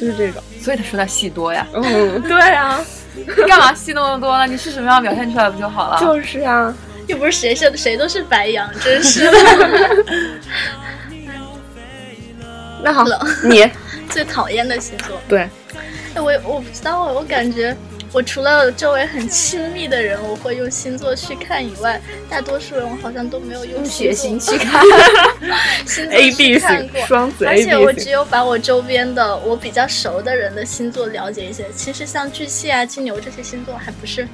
S4: 就是这 种。
S2: 所以他说他戏多呀，
S4: 嗯，对啊，
S2: 你干嘛戏那么多呢？你是什么样表现出来不就好了？
S4: 就是啊，
S6: 又不是谁谁谁都是白羊，真 是的，
S4: 那好，你
S6: 最讨厌的星座。
S4: 对，
S6: 哎我我不知道，我感觉我除了周围很亲密的人，我会用星座去看以外，大多数人我好像都没有用
S5: 用血型
S6: 星座
S5: 去看，
S6: 星座
S4: A
S6: 去
S4: B
S6: 看
S4: 型
S6: 过。
S4: 双子
S6: 而
S4: A B
S6: 且我
S4: 型
S6: 只。有把我周边的我比较熟的人的星座了解一些，其实像巨蟹啊、金牛这些星座还不是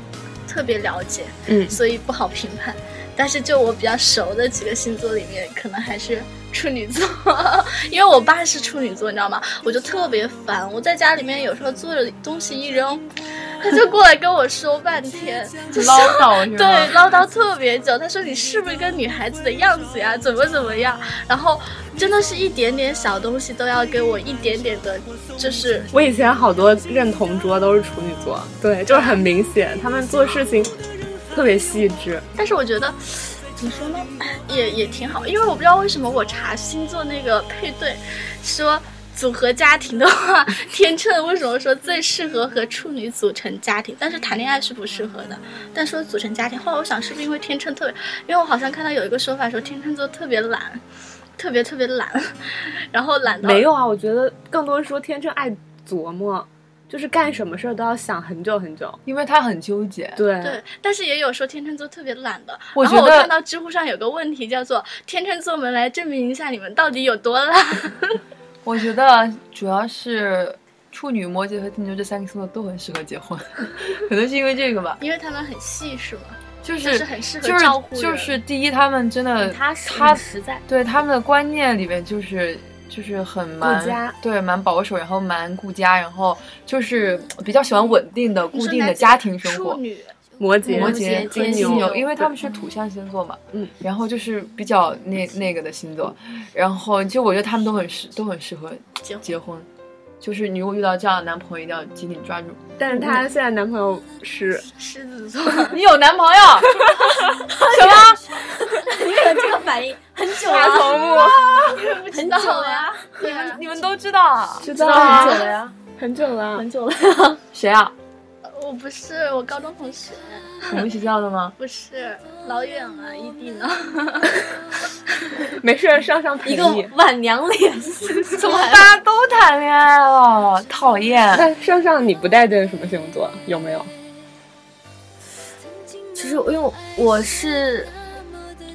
S6: 特别了解，
S4: 嗯
S6: 所以不好评判。但是就我比较熟的几个星座里面，可能还是处女座， 因为我爸是处女座，你知道吗？我就特别烦，我在家里面有时候做着东西一扔，他就过来跟我说半天，就
S2: 唠叨 是吗？
S6: 对，唠叨特别久。他说你是不是跟女孩子的样子呀？怎么怎么样？然后真的是一点点小东西都要给我一点点的，就是
S4: 我以前好多认同桌都是处女座，对，就是很明显，他们做事情特别细致。
S6: 但是我觉得。 怎么说呢， 也也挺好，因为我不知道为什么我查星座那个配对，说组合家庭的话， 天秤为什么说最适合和处女组成家庭，但是谈恋爱是不适合的。但说组成家庭，后来我想是不是因为天秤特别，因为我好像看到有一个说法说天秤座特别懒，特别特别懒， 然后懒到
S4: 没有啊，我觉得更多是说天秤爱琢磨，就是干什么事儿都要想很久很久。
S2: 因为他很纠结。
S4: 对，
S6: 对，但是也有说天秤座特别懒的。
S2: 我
S6: 然
S2: 觉
S6: 后我
S2: 得
S6: 看到知乎上有个问题叫做“天秤座们来证明一下你们到底有多懒
S2: 我觉得主要是处女、摩 羯和金牛这三个星座都很适合结婚，可能是因为这个吧”，。
S6: 因为他们很细是吗？
S2: 就
S6: 就是
S2: 是
S6: 很适合
S2: 就是
S6: 照顾人
S2: 就是第一，他们真的
S5: 踏实
S2: 他
S5: 实在。
S2: 对他们的观念里面就是就是很蛮
S4: 家
S2: 对蛮保守，然后蛮顾家，然后就是比较喜欢稳定的
S6: 你
S2: 固
S6: 说
S2: 定的
S6: 男
S2: 家庭生
S6: 处
S2: 活。
S6: 女
S4: 摩羯、
S2: 摩
S5: 羯
S2: 羯、
S5: 金
S2: 金
S5: 牛
S2: 因为他们是土象星座嘛，
S4: 嗯，
S2: 然后就是比较那那个的星座，然后就我觉得他们都很适都很适合
S6: 结婚
S2: 结婚，就是你如果遇到这样的男朋友，一定要紧紧抓住。
S4: 但是她现在男朋友是
S6: 狮子 座，
S2: 你有男朋友？ 什么？
S5: 你可能这个反应很久
S4: 大
S5: 了，
S4: 头目，
S5: 很久了呀，
S6: 对啊，
S2: 你们都知道啊？
S4: 知
S5: 知
S4: 道
S5: 道很久了呀，
S4: 很久了，
S5: 很久了。
S2: 谁啊？
S6: 我不是我高中同学，
S2: 你们一起叫 的吗？
S6: 不是老远了，异地呢，
S4: 没事儿上上陪
S5: 一个
S4: 你，
S5: 晚娘 脸，
S2: 怎么大家都谈恋爱了？讨厌！
S4: 那上上你不带队什么星座？有没有？
S5: 其实因为我我是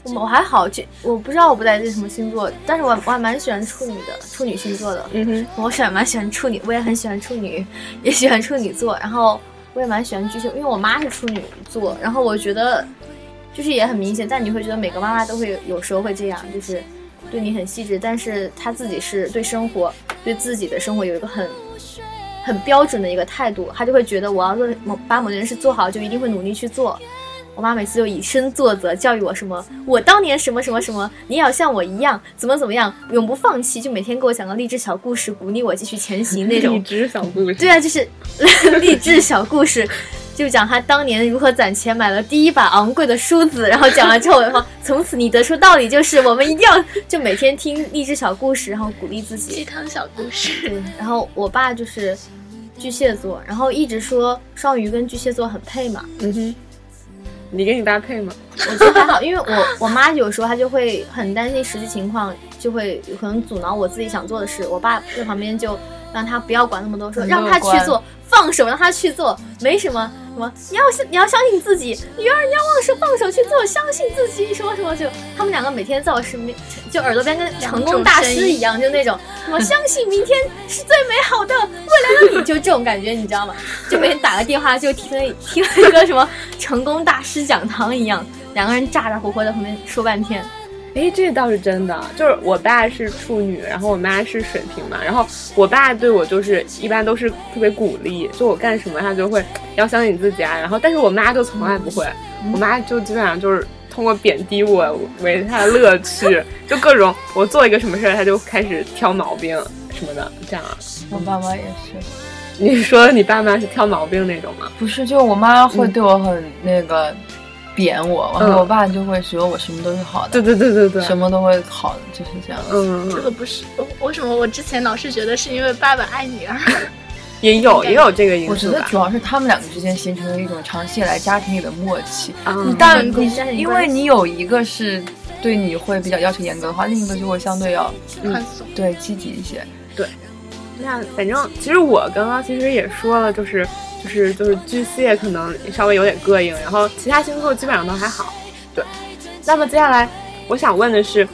S5: 我我还好，这我不知道我不带这什么星座，但是我我还蛮喜欢处女的，处女星座的。
S4: 嗯哼，
S5: 我喜欢蛮喜欢处女，我也很喜欢处女，也喜欢处女座，然后我也蛮喜欢巨蟹，因为我妈是处女座，然后我觉得就是也很明显，但你会觉得每个妈妈都会有有时候会这样，就是对你很细致，但是她自己是对生活对自己的生活有一个很。很标准的一个态度，她就会觉得我要做某把某件事做好，就一定会努力去做。我妈每次就以身作则，教育我什么，我当年什么什么什么，你也要像我一样，怎么怎么样，永不放弃，就每天给我讲个励志小故事，鼓励我继续前行那
S4: 一
S5: 种。
S4: 只小故事。
S5: 对啊，就是 励志小故事，就讲他当年如何攒钱买了第一把昂贵的梳子，然后讲了之后，然后从此你得出道理就是我们一定要就每天听励志小故事，然后鼓励自己
S6: 鸡。汤小故事。
S5: 对，然后我爸就是巨蟹座，然后一直说双鱼跟巨蟹座很配嘛，
S4: 嗯哼，你跟你搭配吗？
S5: 我觉得还好，因为我我妈有时候她就会很担心实际情况，就会可能阻挠我自己想做的事。我爸在旁边就让她不要管那么多，说
S2: 很
S5: 让
S2: 乐
S5: 她去
S2: 观
S5: 做，放手让她去做，没什么什么，你要是你要相信自己，女儿你要放手放手去做，相信自己，什么什么就他们两个每天在我身边，就耳朵边跟成功大师一样，就那 种什么相信明天是最美好的，未来的你就这种感觉，你知道吗？就每天打个电话就听了听了一个什么成功大师讲堂一样，两个人咋咋呼呼在旁边说半天。
S4: 哎，这倒是真的，就是我爸是处女，然后我妈是水瓶嘛，然后我爸对我就是一般都是特别鼓励，就我干什么他就会要相信你自己啊，然后但是我妈就从来不会，我妈就基本上就是通过贬低我为她的乐趣，就各种我做一个什么事儿，她就开始挑毛病什么的，这样啊。
S2: 我爸妈也是，
S4: 你说你爸妈是挑毛病那种吗？
S2: 不是，就我妈会对我很那个贬我，然
S4: 嗯
S2: 后我爸就会觉得我什么都是好的，
S4: 对对对对对，
S2: 什么都会好的，就是这样。
S4: 嗯，
S6: 这个不是我为什么我之前老是觉得是因为爸爸爱女儿，
S4: 也有也有这个因
S2: 我觉
S4: 素
S2: 得
S4: 吧。
S2: 主要是他们两个之间形成了一种长期以来家庭里的默契。
S4: 嗯
S2: 但
S5: 嗯
S2: 你因为你有一个是对你会比较要求严格的话，另一个就会相对要
S6: 宽松。
S2: 对积极一些。
S4: 那反正其实我刚刚其实也说了，就是就是就是巨蟹可能稍微有点膈应，然后其他星座基本上都还好。对，那么接下来我想问的是，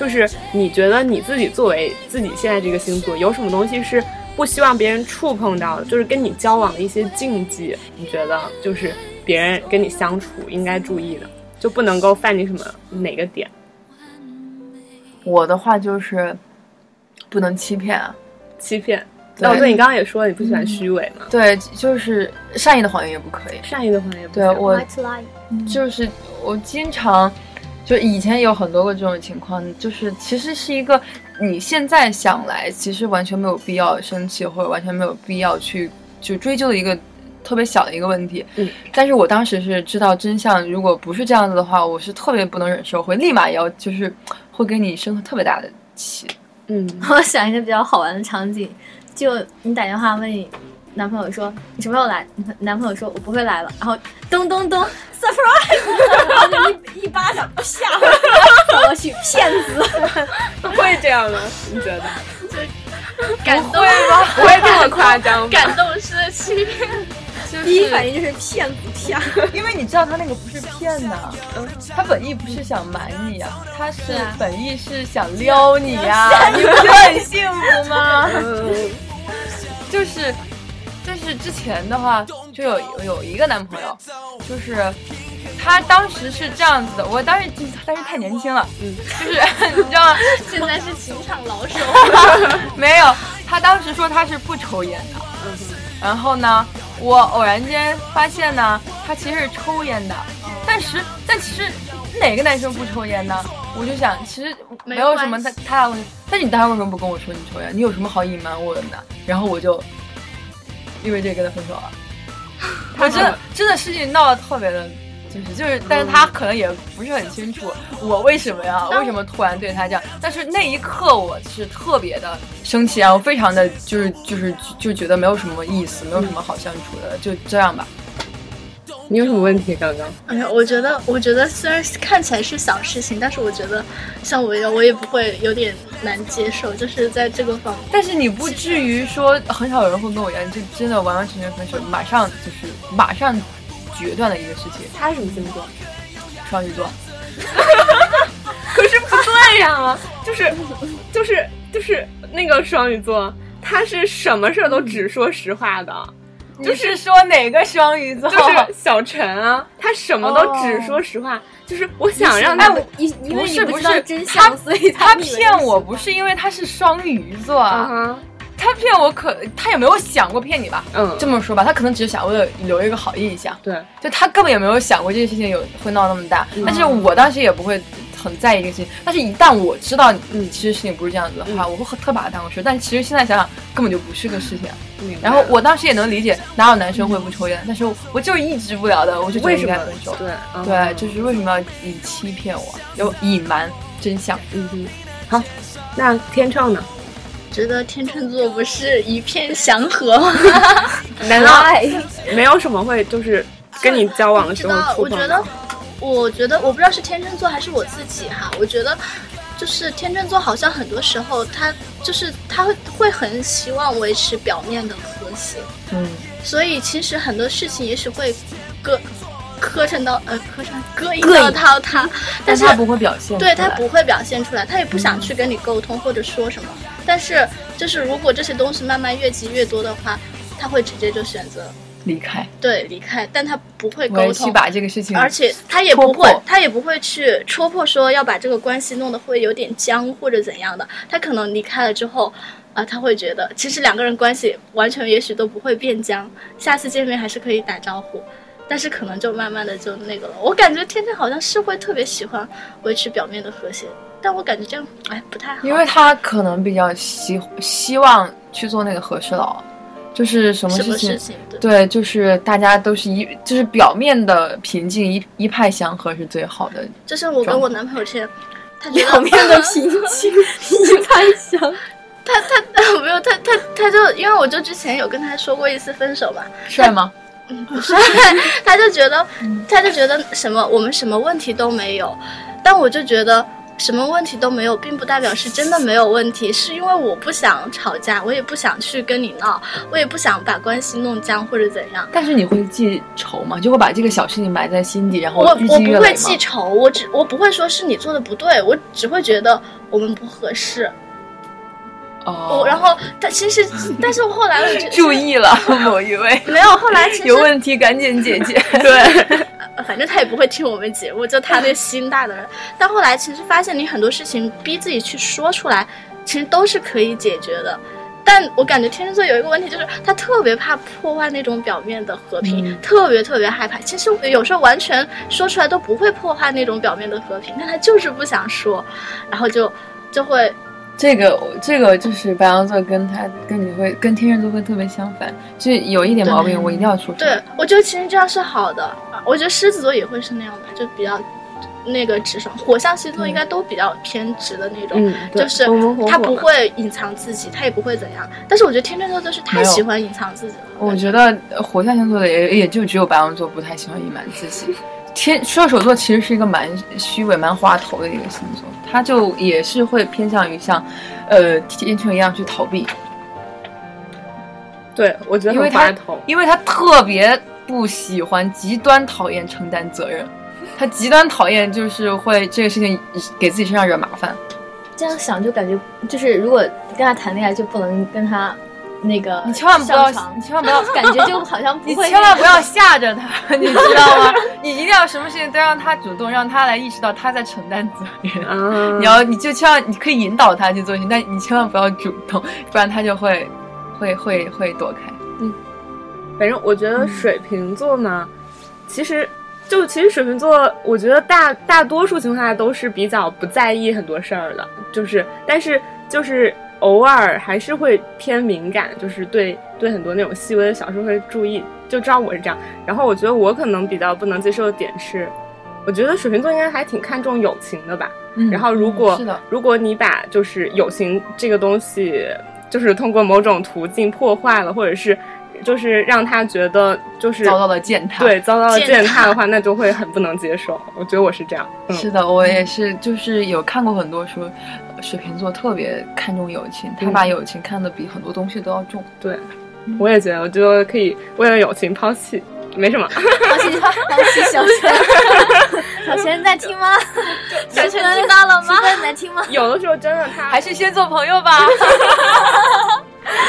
S4: 就是你觉得你自己作为自己现在这个星座，有什么东西是不希望别人触碰到的，就是跟你交往的一些禁忌？你觉得就是别人跟你相处应该注意的，就不能够犯你什么哪个点？
S2: 我的话就是不能欺骗啊，
S4: 欺骗？
S2: 对
S4: 那哦我对嗯你刚刚也说了，你不喜欢虚伪嘛？
S2: 对，就是善意的谎言也不可以。
S4: 善意的谎言不
S2: 对
S4: 行吗
S2: 我
S5: White lie
S2: 就是我经常，就以前有很多个这种情况，就是其实是一个你现在想来，其实完全没有必要生气，或者完全没有必要去去追究的一个特别小的一个问题。
S4: 嗯，
S2: 但是我当时是知道真相，如果不是这样子的话，我是特别不能忍受，会立马要就是会给你生特别大的气。
S4: 嗯。
S5: 我想一个比较好玩的场景，就你打电话问你男朋友说你什么时候来，你男朋友说我不会来了，然后咚咚咚 surprise，然后就一一巴 掌啪扫过去，骗子。
S4: 会这样吗？你觉得？
S6: 感动
S4: 不会这么夸张吧？
S6: 感动是欺骗，
S5: 第一反应就是骗子骗。
S2: 因为你知道他那个不是骗的，他本意不是想瞒你呀、他是本意是想撩你呀、你不是很幸福吗？
S4: 嗯，
S2: 就是，就是之前的话，就有有一个男朋友，就是他当时是这样子的，我当时当时太年轻了，嗯，就是 你知道吗？
S6: 现在是情场老手，
S2: 没有，他当时说他是不抽烟的，然后呢，我偶然间发现呢，他其实是抽烟的，但是但其实哪个男生不抽烟呢？我就想，其实没有什么太
S6: 没关
S2: 太大问题，但是你当时为什么不跟我说你抽烟？你有什么好隐瞒我的呢？然后我就因为这个跟他分手了。我真 的真的事情闹得特别的，就是就是，但是他可能也不是很清楚我为什么呀，为什么突然对他这样。但是那一刻我是特别的生气，然后非常的就是就是就觉得没有什么意思，没有什么好相处的，就这样吧。
S4: 你有什么问题？刚刚
S6: 哎呀，我觉得，我觉得虽然看起来是小事情，但是我觉得像我一样，我也不会有点难接受，就是在这个方面。
S2: 但是你不至于说很少有人会跟我一样，就真的完完全全分手，马上就是马上决断的一个事情。
S4: 他什么星座？
S2: 双鱼座，
S4: 可是不对呀、就是就是就是那个双鱼座，他是什么事儿都只说实话的，
S2: 你是说哪个双鱼座？
S4: 嗯就是小陈啊，他什么都只说实话，就是我想让他
S5: 哎，我因因为
S2: 不
S5: 你
S2: 是
S5: 知
S2: 不
S5: 道
S2: 是
S5: 真
S2: 他
S5: 相，所以
S2: 他
S5: 们以为
S2: 骗
S5: 是
S2: 我不是因为他是双鱼座，
S4: 啊
S2: 啊，
S4: 哈，
S2: 他骗我可他也没有想过骗你吧？
S4: 嗯，
S2: 这么说吧，他可能只是想为了留一个好印象，
S4: 对，
S2: 就他根本也没有想过这件事情有会闹那么大。
S6: 嗯
S2: 但是我当时也不会很在意这个事情，但是一旦我知道你其实事情不是这样子的
S6: 嗯
S2: 话，我会特把它当回事。但其实现在想想根本就不是个事情。
S6: 嗯
S4: 明白
S2: 然后我当时也能理解，哪有男生会不抽烟？但是我就是抑制不了的，我就觉得
S4: 为什
S2: 应该
S4: 么
S2: 分手。
S4: 对嗯
S2: 对，就是为什么要你欺骗我，有隐瞒真相？
S4: 嗯哼，好，那天创呢？
S6: 觉得天秤座不是一片祥和吗？
S4: 难道没有什么会就是跟你交往的
S6: 知
S4: 时候
S6: 道，
S4: 触
S6: 我
S4: 碰
S6: 觉
S4: 吗？
S6: 得，我觉得，我不知道是天秤座还是我自己哈。我觉得，就是天秤座好像很多时候他就是他会会很希望维持表面的和谐，
S2: 嗯，
S6: 所以其实很多事情也许会割磕碜到呃磕碜膈应
S5: 膈
S6: 到
S5: 应
S6: 到他，但
S2: 但
S6: 是
S2: 他不会表现出
S6: 对
S2: 来，嗯
S6: 他不会表现出来，他也不想去跟你沟通或者说什么。但是就是如果这些东西慢慢越积越多的话，他会直接就选择
S2: 离开，
S6: 对离开，但他不会
S2: 我
S6: 沟
S2: 也去
S6: 通。
S2: 把这个事情，
S6: 而且他也不
S2: 戳
S6: 会
S2: 破，
S6: 他也不会去戳破说要把这个关系弄得会有点僵或者怎样的。他可能离开了之后，啊、他会觉得其实两个人关系完全也许都不会变僵，下次见面还是可以打招呼，但是可能就慢慢的就那个了。我感觉天秤好像是会特别喜欢维持表面的和谐，但我感觉这样哎不太好，
S2: 因为他可能比较希希望去做那个和事佬，就是什么
S6: 什
S2: 事
S6: 么
S2: 情
S6: 事。情对。
S2: 对，就是大家都是一，就是表面的平静一一派祥和是最好的。
S6: 就像我跟
S2: 装
S6: 我男朋友之间，他觉得
S5: 表面 的平静，一拍香。
S6: 他他没有他他他就因为我就之前有跟他说过一次分手嘛，
S2: 帅吗？
S6: 他就觉得，
S2: 嗯
S6: 他就觉得什么我们什么问题都没有，但我就觉得什么问题都没有，并不代表是真的没有问题，是因为我不想吵架，我也不想去跟你闹，我也不想把关系弄僵或者怎样。
S2: 但是你会记仇吗？就会把这个小事情埋在心底，然后日
S6: 我我
S2: 积
S6: 不
S2: 月累
S6: 会
S2: 吗？
S6: 记仇，我只我不会说是你做的不对，我只会觉得我们不合适。
S2: 哦，
S6: 我然后但其实，但是后来我就
S2: 注意了，某一 位
S6: 没有，后来其实
S2: 有问题赶紧解决。 对，
S6: 反正他也不会听我们节目，就他那心大的人。但后来其实发现，你很多事情逼自己去说出来，其实都是可以解决的。但我感觉天秤座有一个问题，就是他特别怕破坏那种表面的和平，特别特别害怕。其实有时候完全说出来都不会破坏那种表面的和平，但他就是不想说，然后就就会
S2: 这个这个就是白羊座跟他跟你会跟天秤座会特别相反，就有一点毛病，我一定要说出来。
S6: 对，我觉得其实这样是好的。啊我觉得狮子座也会是那样吧，就比较那个直爽。火象星座应该都比较偏直的那种，
S4: 嗯对
S6: 就是
S4: 浑浑厚厚
S6: 他不
S4: 的
S6: 会隐藏自己，他也不会怎样。但是我觉得天秤座就是太喜欢隐藏自己了。
S2: 我觉得呃火象星座的也也就只有白羊座不太喜欢隐瞒自己。天射手座其实是一个蛮虚伪、蛮滑头的一个星座，他就也是会偏向于像，呃，天秤一样去逃避，
S4: 对，我觉得
S2: 因为
S4: 很
S2: 他
S4: 滑头，
S2: 因为他特别不喜欢、极端讨厌承担责任，他极端讨厌就是会这个事情给自己身上惹麻烦。
S5: 这样想就感觉就是，如果跟他谈恋爱就不能跟他那个
S2: 你千万不要
S5: 上，床
S2: 你千万不要，
S5: 感觉就好像不
S2: 你
S5: 会
S2: 千万不要吓着他，你知道吗？你一定要什么事情都让他主动，让他来意识到他在承担责任。
S4: 嗯，
S2: 你要，你就千万你可以引导他去做事情，但你千万不要主动， 不然他就会会会会躲开。
S4: 反正我觉得水瓶座呢，其实就其实水瓶座，我觉得大大多数情况下都是比较不在意很多事儿的，就是但是就是偶尔还是会偏敏感，就是对对很多那种细微的小事会注意，就知道我是这样。然后我觉得我可能比较不能接受的点是，我觉得水瓶座应该还挺看重友情的吧。
S2: 嗯
S4: 然后如果、
S2: 是的，
S4: 如果你把就是友情这个东西，就是通过某种途径破坏了，或者是就是让他觉得就是
S2: 遭到了践踏。
S4: 对遭到了
S6: 践
S4: 践踏
S6: 踏
S4: 的话，那就会很不能接受。我觉得我是这样，嗯，
S2: 是的，我也是，就是有看过很多书，水瓶座特别看重友情，他把
S4: 嗯
S2: 友情看得比很多东西都要重。
S4: 对，我也觉得，我觉得可以为了友情抛弃，没什么。
S5: 好奇好奇小陈， 小陈在听吗？小陈听到了吗？在听吗？
S4: 有的时候真的他
S2: 还是先做朋 友吧。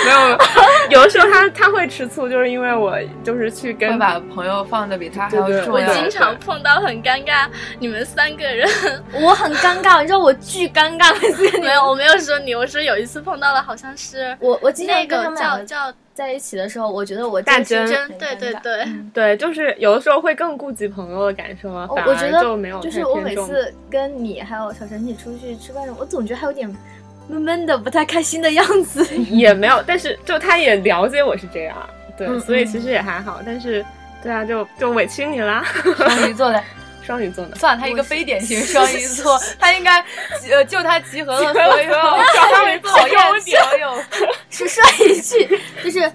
S4: 没 有，有的时候他他会吃醋，就是因为我就是去
S2: 会
S4: 跟
S2: 把朋友放的比他还
S4: 对
S2: 要
S4: 对
S2: 重啊
S6: 我
S2: 要。
S6: 经常碰到很尴尬，你们三个人
S5: 我很尴尬，你知道我巨尴尬， 每次
S6: 没有，我没有说你，我说有一次碰到了，好像是
S5: 我我经常
S6: 那
S5: 跟他
S6: 个
S5: 们两
S6: 叫
S5: 个嗯
S6: 叫
S5: 在一起的时候，我觉得我
S4: 大
S5: 真
S4: 真
S5: 的是
S6: 真，对对
S5: 很尴尬。
S6: 对，
S4: 对，就是有的时候会更顾及朋友的感受啊，
S5: 我
S4: 反
S5: 我觉
S4: 而
S5: 得
S4: 就没有
S5: 就
S4: 太
S5: 是我每
S4: 偏重。
S5: 次跟你还有小陈一起出去吃饭的时候，我总觉得还有点闷闷的、不太开心的样子。
S4: 也没有，但是就他也了解我是这样，对，
S5: 嗯
S4: 所以其实也还好。但是，对啊，就就委屈你啦，
S2: 双鱼座的，
S4: 双鱼座的。
S2: 算了，他一个非典型双鱼座，他应该集呃就他集合了所有
S4: 双鱼座
S2: 讨厌
S4: 优点
S2: 所有。
S5: 是说一句，就是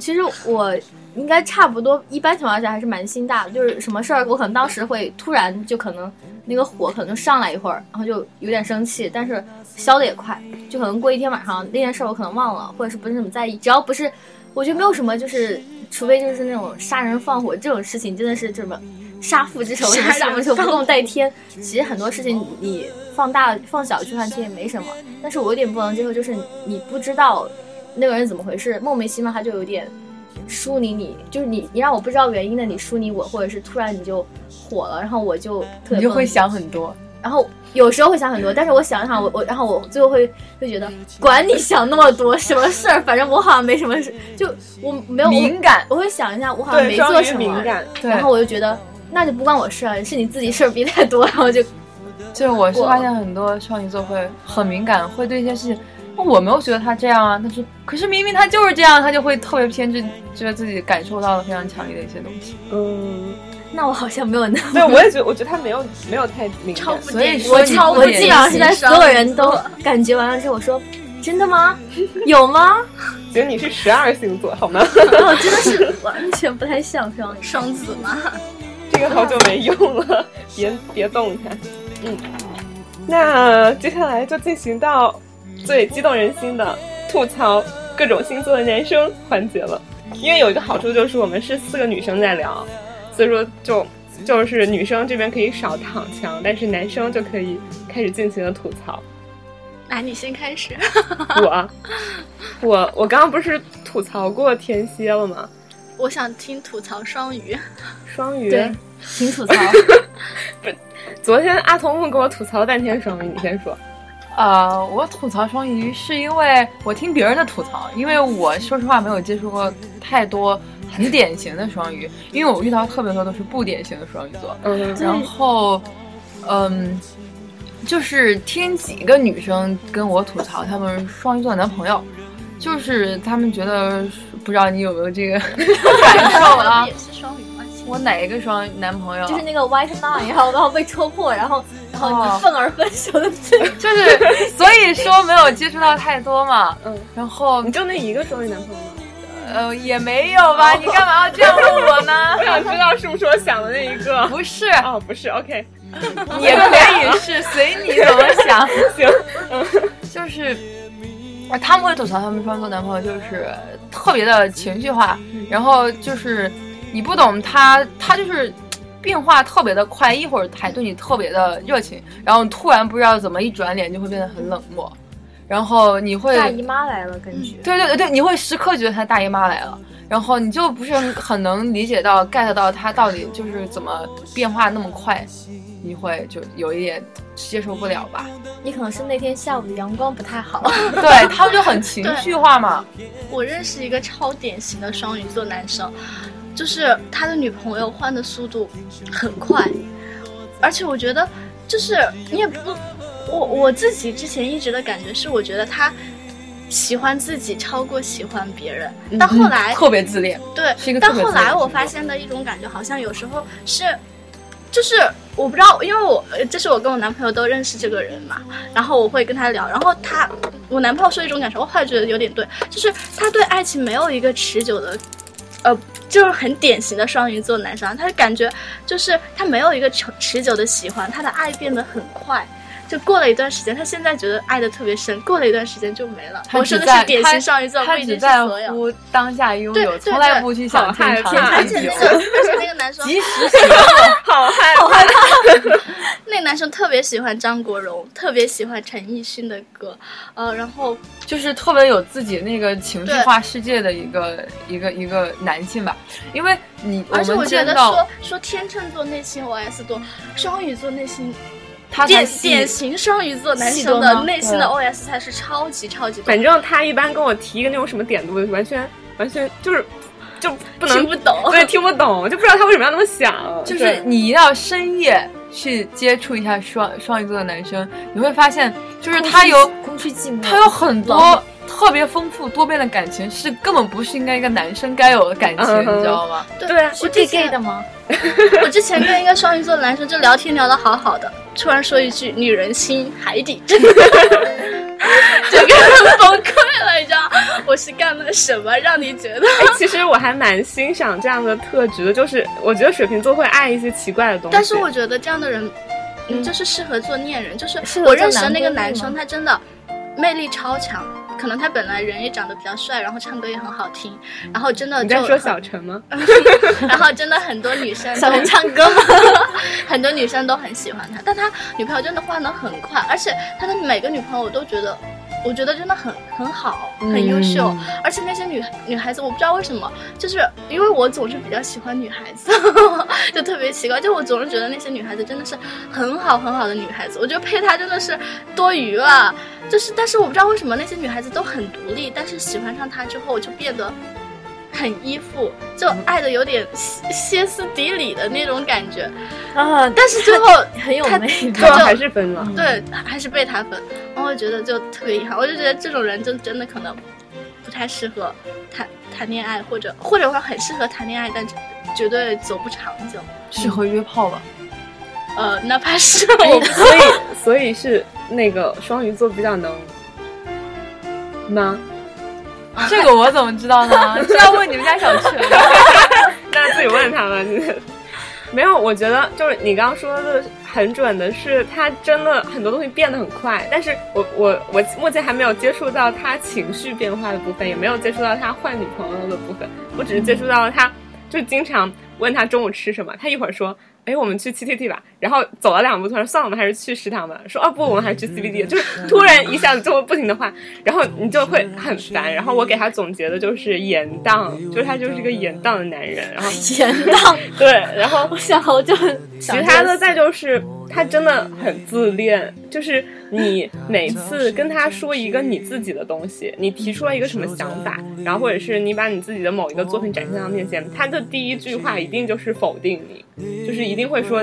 S5: 其实我应该差不多，一般情况下还是蛮心大的，就是什么事儿我可能当时会突然就可能那个火可能就上来一会儿，然后就有点生气，但是消的也快，就可能过一天晚上那件事儿我可能忘了，或者是不是很在意，只要不是我觉得没有什么就是，除非就是那种杀人放火这种事情，真的是这么。杀父之仇，什么
S6: 杀
S5: 杀
S6: 人
S5: 父之仇，不
S6: 放
S5: 共戴天。其实很多事情你你放大放小去看，其实也没什么。但是我有点不能接受，就是你不知道那个人怎么回事，莫名其妙他就有点疏离你，就是你你让我不知道原因的你疏离我，或者是突然你就火了，然后我就特别
S2: 你就会
S5: 崩溃
S2: 想很多，
S5: 然后有时候会想很多，但是我想一想，我我然后我最后会会觉得，管你想那么多什么事儿，反正我好像没什么事，就我没有我
S2: 敏感。
S5: 我会想一下，我好像
S4: 对，
S5: 没做
S4: 双鱼
S5: 什
S4: 敏
S5: 么，
S4: 感，
S2: 对，
S5: 然后我就觉得那就不关我事儿，是你自己事儿逼太多，然后就
S2: 就是我是
S5: 我
S2: 发现很多双鱼座会很敏感，会对一些事情，哦我没有觉得他这样啊，但是可是明明他就是这样，他就会特别偏执，觉得自己感受到了非常强烈的一些东西。
S4: 嗯，
S5: 那我好像没有那么。
S4: 对，我也觉得，我觉得他没有没有太敏
S6: 超
S4: 感，
S6: 不
S2: 所以
S6: 典型
S2: 说
S5: 我
S2: 你
S5: 基
S2: 超
S5: 我
S2: 典
S5: 基本上是
S6: 型
S5: 在所
S6: 双
S5: 有
S6: 鱼
S5: 人都感觉完了之后，我说真的 吗？有吗？
S4: 觉得你是十二星座，好吗？
S5: 然后真的是 完全不太像双鱼。
S6: 双子嘛，
S4: 这个好久没用了，别别动它。嗯，那接下来就进行到最激动人心的吐槽各种星座的男生环节了。因为有一个好处就是我们是四个女生在聊，所以说就就是女生这边可以少躺枪，但是男生就可以开始进行了吐槽。
S6: 来你先开始，
S4: 我啊我我刚刚不是吐槽过天蝎了吗？
S6: 我想听吐槽双鱼，
S4: 双鱼，
S5: 对，请吐槽。
S4: 昨天阿童木跟我吐槽了半天双鱼，你先说。
S2: 呃，我吐槽双鱼是因为我听别人的吐槽，因为我说实话没有接触过太多很典型的双鱼，因为我遇到特别多都是不典型的双鱼座。
S4: 嗯，
S2: 然后，嗯，就是听几个女生跟我吐槽她们双鱼座的男朋友，就是她们觉得不知道你有没有这 个感受啊
S6: 也？是双鱼吗？
S2: 我哪一个双男朋友啊？
S5: 就是那个 white line，然后然后被戳破，然后然后
S2: 哦
S5: 你愤而分手的这个。
S2: 就是，所以说没有接触到太多嘛。
S4: 嗯，
S2: 然后
S4: 你就那一个双鱼男朋友吗？
S2: 呃也没有吧？ 你干嘛要这样问我呢
S4: 我？想知道是不是我想的那一个。
S2: 不是，
S4: 哦，不是，OK，
S2: 也可以是随你怎么想。
S4: 行，
S2: 就是，呃他们会吐槽他们双鱼座男朋友就是特别的情绪化，然后就是你不懂他，他就是变化特别的快，一会儿还对你特别的热情，然后突然不知道怎么一转脸就会变得很冷漠。然后你会
S5: 大姨妈来了，感觉。
S2: 对对对对，你会时刻觉得她大姨妈来了，然后你就不是很能理解到 get 到她到底就是怎么变化那么快，你会就有一点接受不了吧？
S5: 你可能是那天下午的阳光不太好。
S2: 对他们就很情绪化嘛，
S6: 我认识一个超典型的双鱼座男生，就是他的女朋友换的速度很快，而且我觉得就是你也不，我我自己之前一直的感觉是，我觉得他喜欢自己超过喜欢别人，但后来、
S2: 特别自恋，
S6: 对，
S2: 是一个
S6: 但
S2: 特别
S6: 后
S2: 自然
S6: 来
S2: 的
S6: 我
S2: 工
S6: 发
S2: 作
S6: 现的一种感觉，好像有时候是，就是我不知道，因为我呃这是我跟我男朋友都认识这个人嘛，然后我会跟他聊，然后他我男朋友说一种感受，我后来觉得有点对，就是他对爱情没有一个持久的。呃，就是很典型的双鱼座男生啊，他感觉就是他没有一个持持久的喜欢，他的爱变得很快，就过了一段时间，他现在觉得爱的特别深，过了一段时间就没了。
S2: 他
S6: 我
S2: 只
S6: 说的
S2: 在
S6: 是典
S2: 他
S6: 型双鱼座，
S2: 他
S6: 不一
S2: 只
S6: 定
S2: 在
S6: 是所有。
S2: 乎当下拥
S6: 对
S2: 有，
S6: 对
S2: 从来
S6: 对
S2: 不去想
S4: 好
S2: 天
S4: 害
S2: 长
S4: 怕
S6: 而
S2: 地
S6: 且
S2: 久
S6: 那。个，而且那个男生，
S2: 及时
S4: 好害怕，
S6: 那个男生特别喜欢张国荣，特别喜欢陈奕迅的歌，呃，然后
S2: 就是特别有自己那个情绪
S6: 对
S2: 化世界的一个一个一个男性吧，因为你
S6: 而且我
S2: 们
S6: 觉
S2: 见
S6: 得
S2: 到
S6: 说说天秤座内心 OS 多，双鱼座内心
S2: 他才
S6: 典
S2: 细
S6: 典型双鱼座男
S2: 细
S6: 生
S2: 多
S6: 的
S2: 吗
S6: 内心的
S2: 对
S6: OS 才是超级超级多，
S4: 反正他一般跟我提一个那种什么点子，我就完全完全就是就不能
S6: 听不懂。
S4: 对，听不懂，哦就不知道他为什么要那么想。
S2: 就是
S4: 对
S2: 你一定要深夜去接触一下双双鱼座的男生，你会发现， 就是他有
S5: 空虚寂寞，
S2: 他有很
S5: 冷
S2: 多特别丰富多变的感情，是根本不是应该一个男生该有的感情，
S4: 嗯哼
S2: 你知道吗？
S6: 对
S4: 对啊
S6: 我
S5: 是 gay
S6: 之
S5: gay
S6: 前
S5: 的吗？
S6: 我之前跟一个双鱼座的男生就聊天聊得好好的，突然说一句“女人心海底 针”，整个人崩溃了，你知道我是干了什么让你觉得？
S4: 哎，其实我还蛮欣赏这样的特质的，就是我觉得水瓶座会爱一些奇怪的东西。
S6: 但是我觉得这样的人，嗯，
S4: 嗯
S6: 就是适合做恋人。就是
S5: 适合做
S6: 我认识的那个
S5: 男
S6: 男
S5: 闺蜜吗
S6: 生，他真的魅力超强。可能他本来人也长得比较帅，然后唱歌也很好听，然后真的
S4: 你
S6: 就
S4: 在说
S6: 很
S4: 小陈吗？
S6: 然后真的很多女生
S5: 小
S6: 都
S5: 红唱歌吗？
S6: 很多女生都很喜欢他，但他女朋友真的换的很快，而且他的每个女朋友我都觉得，我觉得真的很很好，很优秀。而且那些女女孩子，我不知道为什么，就是因为我总是比较喜欢女孩子， 就特别奇怪，就我总是觉得那些女孩子真的是很好很好的女孩子，我觉得配她真的是多余了。就是，但是我不知道为什么那些女孩子都很独立，但是喜欢上他之后就变得很依附，就爱的有点歇歇斯底里的那种感觉。
S5: 啊，
S6: 但是最后
S5: 很有
S6: 他
S5: 魅 力。
S4: 最后
S6: 他就
S4: 啊还是分 了。
S6: 对还是被他粉，然后我觉得就特别遗憾，我就觉得这种人就真的可能不太适合谈谈恋爱，或者或者话很适合谈恋爱，但绝对走不长久。
S2: 适合约炮吧？
S6: 呃，哪怕是我不
S4: 所以所以是那个双鱼座比较能吗？
S2: 这个我怎么知道呢？这要问你们家小陈。
S4: 那自己问他吧。你 没有，我觉得就是你刚刚说的很准的是，他真的很多东西变得很快，但是我我我目前还没有接触到他情绪变化的部分，也没有接触到他换女朋友的部分，我只是接触到他就经常问他中午吃什么，他一会儿说。哎，我们去 CTT 吧，然后走了两步，突然算了，我们还是去食堂吧。说哦不，我们还是去 CBD，就是突然一下子就会不停的换，然后你就会很烦。然后我给他总结的就是严荡，就是他就是一个严荡的男人。然后
S5: 甜到，
S4: 对，然后
S5: 我想好久。
S4: 其他的再就是他真的很自恋，就是你每次跟他说一个你自己的东西，你提出了一个什么想法，然后或者是你把你自己的某一个作品展现到他面前，他的第一句话一定就是否定你，就是一定会说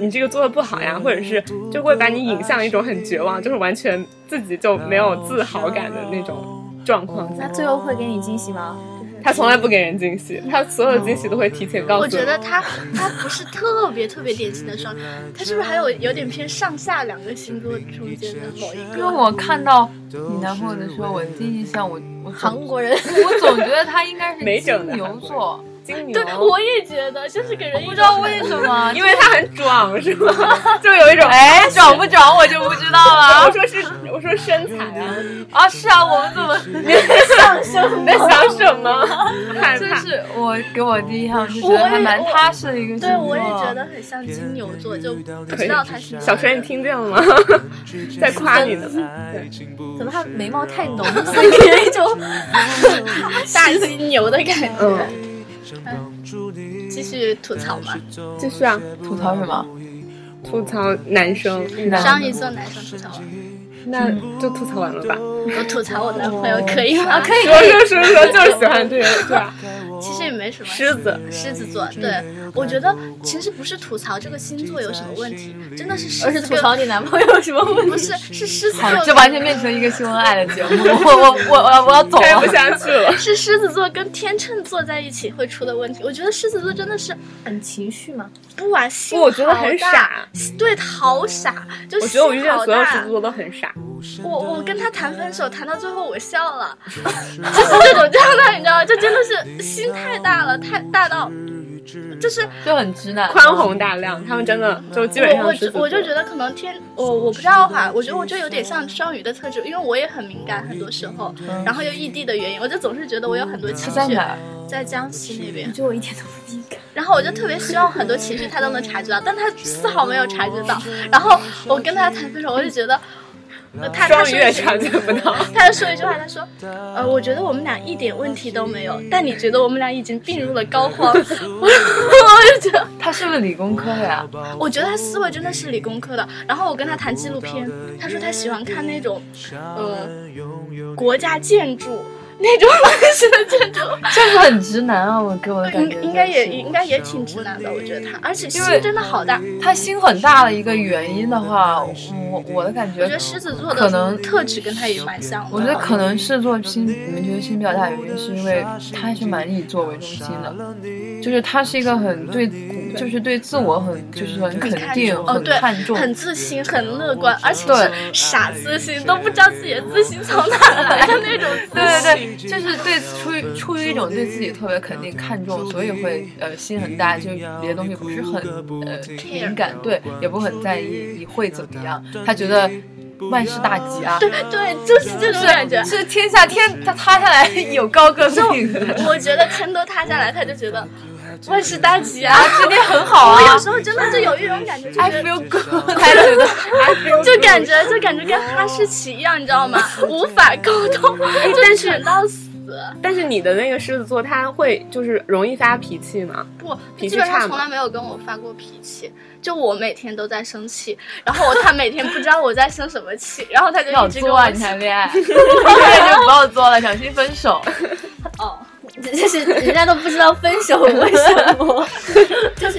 S4: 你这个做的不好呀，或者是就会把你引向一种很绝望，就是完全自己就没有自豪感的那种状况
S5: 那
S4: 下。
S5: 最后会给你惊喜吗？就是
S4: 他从来不给人惊喜，他所有的惊喜都会提前告诉
S6: 哦我
S4: 你。
S6: 觉得他他不是特别特别典型的双，他是不是还有有点偏上下两个星座中间的某一
S2: 因为
S6: 个？
S2: 我看到你男朋友的时候，我第一印象我我总
S5: 韩国人，
S2: 我总觉得他应该 是
S4: 没整
S2: 金
S4: 的
S2: 牛座，
S4: 金牛，
S6: 对， 我也觉得，就是给人一
S2: 不
S6: 种
S2: 知道为什 么，
S4: 因为他很壮，是吗？就有一种，
S2: 哎，转不转我就不知道
S4: 我
S2: 了。
S4: 说是，我说身材啊，
S1: 啊，是啊，我们怎么
S4: 你在想什么？害
S2: 就
S4: 怕。
S2: 是我给我第一印象就觉得还蛮踏实的一个星座。啊
S6: 对，我也觉得很像金牛座，就不知道他是
S4: 小锤，你听见了吗？ 在夸你呢吧？
S5: 怎么他眉毛太 浓，所以给人一种
S6: 大金牛的感觉。
S4: 嗯，
S6: 继续吐槽嘛，
S4: 继续啊，
S2: 吐槽什么？
S4: 吐槽男生，
S2: 男
S6: 双鱼座男生吐槽我，
S4: 那就吐槽完了吧？
S6: 我吐槽我男朋
S4: 哦
S6: 友可以 吗？可以。
S4: 说说说说，就是喜欢这个，对吧？
S6: 其实也没什么。
S4: 狮子，
S6: 狮子座，对我觉得其实不是吐槽这个星座有什么问题，真的是狮子
S5: 而是吐
S6: 跟
S5: 槽你男朋友有什么问
S6: 不
S5: 题？
S6: 是是狮子
S2: 好
S6: 座，跟，
S2: 这完全变成一个秀恩爱的节目。我我我我我要走
S4: 待
S2: 了
S4: 不。下去了。
S6: 是狮子座跟天秤座在一起会出的问题。我觉得狮子座真的是嗯
S5: 很情绪嘛，
S6: 不玩心
S4: 我觉得很
S6: 好大
S4: 傻，
S6: 对，好傻，就
S4: 我觉得我遇
S6: 心
S4: 见
S6: 好
S4: 所有
S6: 大
S4: 狮子座都很傻。
S6: 我我跟他谈分手，谈到最后我笑了， 就是这种状态，你知道吗？就真的是心太大了，太大到，就是
S2: 就很直男，
S4: 宽宏大量，他们真的就基本
S6: 我
S4: 上狮
S6: 我
S4: 子
S6: 我就觉
S4: 得
S6: 得可能天我我不知道哈，我觉得我就有点像双鱼的特质，因为我也很敏感，很多时候，然后又异地的原因，我就总是觉得我有很多情
S2: 是在
S6: 绪
S2: 哪儿？
S6: 在江西那边
S5: 我，觉得我一点都不敏感。
S6: 然后我就特别希望很多情绪他都能察觉到，但他丝毫没有察觉到。然后我跟他谈分手，我就觉得。呃他他
S4: 双鱼
S6: 说
S4: 也
S6: 一句
S4: 察觉不到。
S6: 他就说一句话，他说：“呃，我觉得我们俩一点问题都没有，但你觉得我们俩已经病入了膏肓。”我我就觉得，
S2: 他是不是理工科的呀？
S6: 我觉得他思维真的是理工科的。然后我跟他谈纪录片，他说他喜欢看那种，呃，国家建筑那种类似的建筑，
S2: 就是很直男啊！我给我的感觉
S6: 应应该也应该也挺直男的，我觉得他，而且心
S2: 因为
S6: 真的好大。
S2: 他心很大的一个原因的话，我我的感
S6: 我
S2: 觉
S6: 觉得狮子座
S2: 可
S6: 的
S2: 能
S6: 特质跟他也蛮像的。
S2: 我觉得可能是做心，你们觉得心比较大的原因，是因为他还是蛮以自我为中心的，就是他是一个很对，就是对自我很就是很肯
S6: 看
S2: 定、
S6: 重哦，
S2: 很
S6: 对，
S2: 看重。
S6: 很自信，很乐观，而且
S2: 对
S6: 是傻自信，都不知道自己的自信从哪来的那种自
S2: 对
S6: 信。
S2: 对对，就是对出于出于一种对自己特别肯定、看重，所以会呃心很大，就是别的东西不是很呃敏感，对，也不很在意你会怎么样。他觉得万事大吉啊，
S6: 对对，就是这种感觉。
S2: 是是天下天他塌下来有高个 命，这
S6: 我觉得天都塌下来，他就觉得万事大吉啊！
S2: 点很好啊
S6: 我。有时候真的就有一种感觉，就
S2: I
S6: 觉
S2: feel good，他觉得
S6: 得就感觉就感觉跟哈士奇一样，你知道吗？无法沟通，就卷到死。
S4: 但是你的那个狮子座，他会就是容易发脾气嘛？
S6: 不，
S4: 脾
S6: 基
S4: 气
S6: 本
S4: 差
S6: 上从
S4: 吗
S6: 来没有跟我发过脾气，就我每天都在生气，然后他每天不知道我在生什么气， 然后他就
S2: 要
S6: 一直跟
S2: 作
S6: 我
S2: 啊， 你谈 恋爱，你就不要作了，小心分手。
S6: 哦。
S5: 这是人家都不知道分手为什么，就是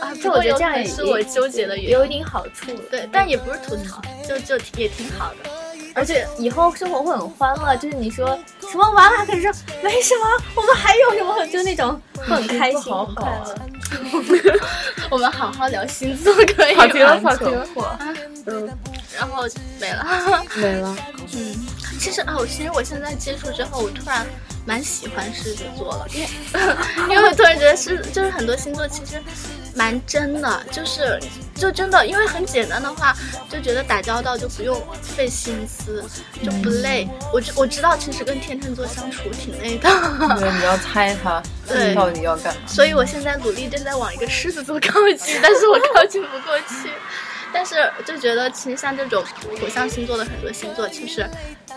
S6: 啊，
S5: 这 我觉得这样也
S6: 是我纠结的
S5: 也
S6: 原因。
S5: 有一定好处了。
S6: 对，但也不是吐槽，就就也挺好的。
S5: 而且以后生活会很欢乐，就是你说什么完了，可是说没什么，我们还有什么，就那种很开心、
S2: 好
S5: 很
S2: 搞
S5: 快
S2: 啊
S5: 乐。
S6: 我们好好聊星座可以
S4: 好听
S6: 吗？
S4: 了，好听了，
S6: 然后没了。
S4: 没了。
S6: 嗯，其实啊，我其实我现在接触之后，我突然蛮喜欢狮子座了， 因为因为我突然觉得狮子就是很多星座其实蛮真的，就是就真的，因为很简单的话，就觉得打交道就不用费心思，就不累。
S4: 嗯
S6: 我知我知道，其实跟天秤座相处挺累的。
S2: 对，你要猜他
S6: 对
S2: 到底要干嘛。
S6: 所以我现在努力正在往一个狮子座靠近， 但是我靠近不过去。但是就觉得，其实像这种火象星座的很多星座，其实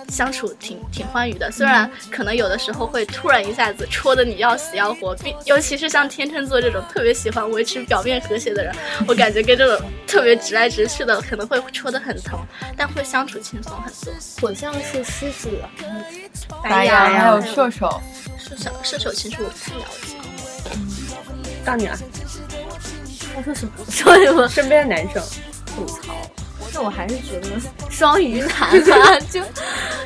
S6: 相处挺挺欢愉的。虽然可能有的时候会突然一下子戳的你要死要活，并尤其是像天秤座这种特别喜欢维持表面和谐的人，我感觉跟这种特别直来直去的可能会戳得很疼，但会相处轻松很多。
S5: 火象是狮子，
S1: 哎
S2: 白
S6: 羊
S2: 啊还有射手，
S6: 射手，射手其实我不太了解。
S4: 到你了，
S5: 他说什么？说什么？
S4: 身边的男生，
S5: 那我还是觉得双鱼男吧， 就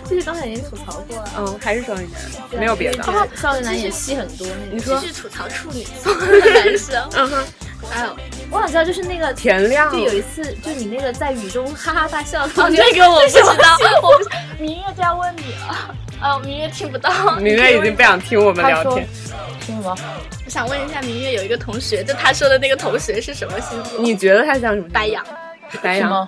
S5: 就是刚才已经吐槽过了，
S4: 嗯，还是双鱼男，没有别的。
S5: 就是双鱼男也戏很多那种。
S6: 继续吐槽处女座的男生，
S4: 嗯哼，
S6: 哎呦，
S5: 我想知道，就是那个
S4: 田亮
S5: 就，有一次，就你那个在雨中哈哈大笑的时候，
S6: 啊哦，这个我不知道，我不是明月就要问你了，呃，明月听不到。
S4: 明月已经不想听我们
S2: 他
S4: 聊
S2: 说
S4: 天。
S2: 说什么？
S6: 我想问一下，明月有一个同学，就他说的那个同学是什么星座？
S4: 你觉得他像什么？
S6: 白羊，
S4: 白
S2: 什
S1: 哎
S4: 羊，
S2: 么？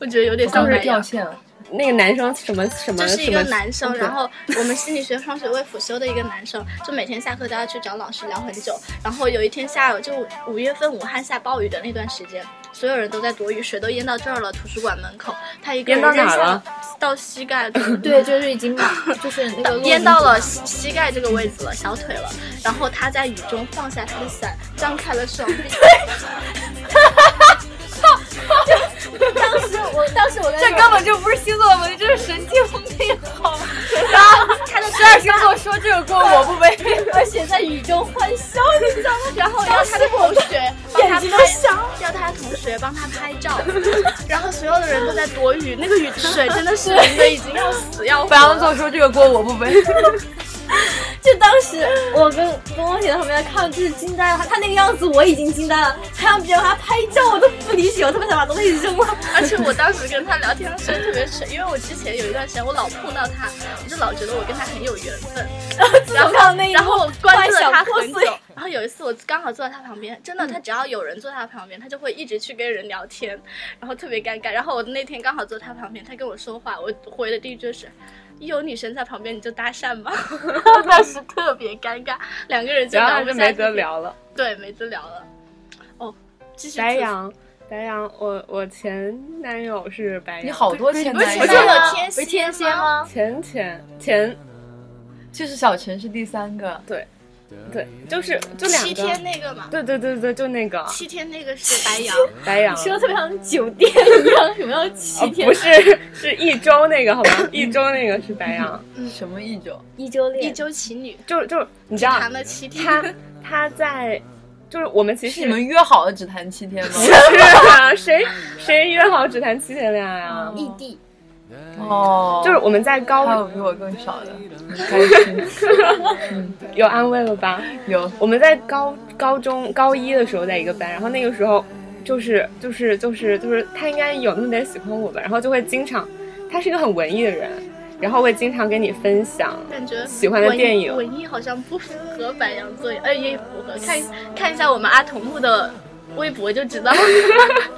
S6: 我觉得有点
S2: 就
S6: 像
S2: 是
S6: 白
S2: 掉
S6: 羊。
S2: 线了。
S4: 那个男生什么什么，
S6: 就是一个男生，
S4: 什么
S6: 然后我们心理学双学位辅修的一个男生，就每天下课都要去找老师聊很久。然后有一天下午，就五月份武汉下暴雨的那段时间，所有人都在躲雨，水都淹到这儿了，图书馆门口，他一个人
S4: 淹到哪儿
S6: 扔下
S4: 了？
S6: 到膝盖，
S5: 对，就是已经把就是那个
S6: 淹到了
S5: 落
S6: 膝膝盖这个位置了，小腿了。然后他在雨中放下他的伞，张开了双臂。
S5: 地。当时我当时我跟
S1: 这根本就不是星座的问题，这是神经病，好吗？十二星座说这个锅我不背。
S5: 而且在雨中欢笑，你知道吗？然后
S6: 要他的同学帮他
S5: 眼睛都
S6: 拍，要他的同学帮他拍照，然后所有的人都在躲雨，那个雨水真的是淋的已经要死要活
S2: 白羊
S6: 了。
S2: 座说这个锅我不背。
S5: 就当时我跟跟我姐他们在看，就是惊呆了。他那个样子我已经惊呆了，还让别人给他拍照，我都不理解，我特别想把东西扔了。
S6: 而且我当时跟他聊天的时候特别水，因为我之前有一段时间我老碰到他，我就老觉得我跟他很有缘分。
S5: 然后看到那一幕
S6: 然后我关注了他
S5: 突
S6: 很
S5: 然想
S6: 久
S5: 破碎，
S6: 然后有一次我刚好坐在他旁边，真
S5: 嗯
S6: 的，他只要有人坐在他旁边，他就会一直去跟人聊天，然后特别尴尬。然后我那天刚好坐他旁边，他跟我说话，我回的第一句就是。一有女生在旁边，你就搭讪吧。 当时特别尴尬，两个人就
S4: 然后
S6: 搭
S4: 就
S6: 不
S4: 没
S6: 下
S4: 得
S6: 去，
S4: 聊了。
S6: 对，没得聊了。哦，继续吐槽。
S4: 白羊，白羊，我我前男友是白羊，
S2: 你好多前
S6: 不是
S2: 男
S6: 前
S2: 友
S6: 男，
S4: 啊
S6: 友天
S5: 不是
S6: 蝎
S5: 天蝎？吗？
S4: 前前前
S2: 就是小陈是第三个，
S4: 对，就是就两
S6: 七
S4: 个
S6: 天，那个嘛，
S4: 对对对对，就那个
S6: 七天那个是白羊，
S4: 白羊，
S5: 说的特别像酒店一样，什么叫
S4: 哦
S5: 七天
S4: 不？是 是一周那个好吗？一周那个是白羊，
S2: 什么一种？
S5: 一周恋
S6: 一周奇女，
S4: 就就你知道
S6: 谈了七天。
S4: 啊他他在就是我们其
S2: 是你
S4: 实
S2: 们约好了只谈七天吗？
S4: 是啊， 谁谁约好只谈七天恋爱啊？
S5: 异地，
S2: 嗯哦，
S4: 就是我们在
S2: 还
S4: 高
S2: 有比我更少的， 开心
S4: 有安慰了吧？
S2: 有
S4: 我们在高高中高一的时候在一个班，然后那个时候就是就是就是就是他应该有那么点喜欢我吧，然后就会经常，他是一个很文艺的人，然后会经常跟你分享，
S6: 感觉
S4: 喜欢的
S6: 文
S4: 电影
S6: 文艺好像不符合白羊座，呃，也符合。看看一下我们阿童木的微博就知道，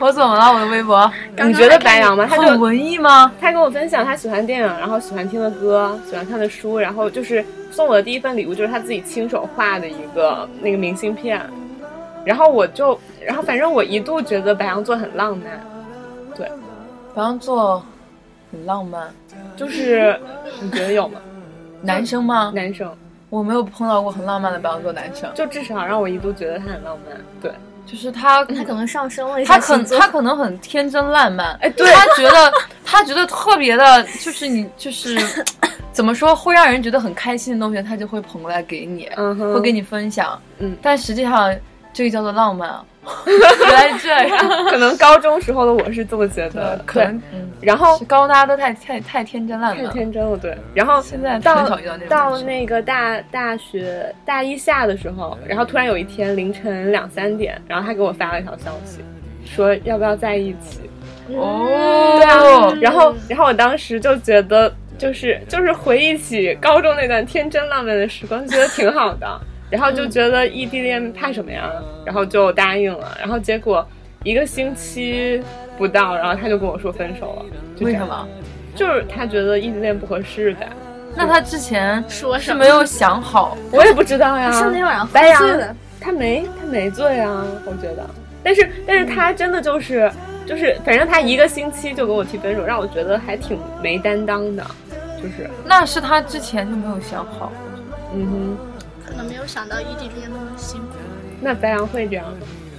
S2: 我怎么了？我的微博
S4: 你觉得白羊吗？他
S2: 很
S4: 就
S2: 文艺吗？
S4: 他跟我分享他喜欢电影，然后喜欢听的歌，喜欢看的书，然后就是送我的第一份礼物就是他自己亲手画的一个那个明信片，然后我就，然后反正我一度觉得白羊座很浪漫，
S2: 白羊座很浪漫，
S4: 就是你觉得有 吗？
S2: 男生吗？
S4: 男生
S2: 我没有碰到过很浪漫的白羊座男生，
S4: 就至少让我一度觉得他很浪漫，对。
S2: 就是他
S4: 嗯
S5: 他可能上升了一
S2: 他
S5: 下
S2: 可
S5: 星座
S2: 他。可能很天真烂漫，
S4: 哎对
S2: 他觉得他觉得特别的，就是你就是 怎么说，会让人觉得很开心的东西，他就会捧过来给你，
S4: 嗯哼，
S2: 会给你分享，
S4: 嗯
S2: 但实际上这个叫做 浪漫啊，原来是这样，
S4: 可能高中时候的我是这么觉得，对
S2: 可能嗯，
S4: 然后
S2: 是高中大家都太太太天真烂
S4: 太
S2: 漫了，
S4: 天真了，对。然后
S2: 现在 很
S4: 到
S2: 少遇到那种
S4: 到
S2: 男生
S4: 那个大大学大一下的时候，然后突然有一天凌晨两三点，然后他给我发了一条消息，说要不要在一起。
S2: 嗯
S4: 对啊
S2: 哦，，
S4: 然后然后我当时就觉得，就是就是回忆起高中那段天真浪漫的时光，就觉得挺好 的。然后就觉得异地恋怕什么呀，然后就答应了。然后结果一个星期不到，然后他就跟我说分手了。就这
S2: 为
S4: 样
S2: 什？么？
S4: 就是他觉得异地恋不合适呗。
S2: 那他之前
S6: 说
S2: 是
S6: 什么
S2: 没？有想好，
S4: 我也不知道呀。
S5: 是那天晚上喝
S4: 白羊
S5: 醉了，
S4: 他没他没醉啊，我觉得。但是但是他真的就是就是，反正他一个星期就跟我提分手，让我觉得还挺没担当的，就是
S2: 那是他之前就没有想好，
S4: 嗯
S6: 可能没有想到异地恋那么辛苦。
S4: 哼，那白羊会这样，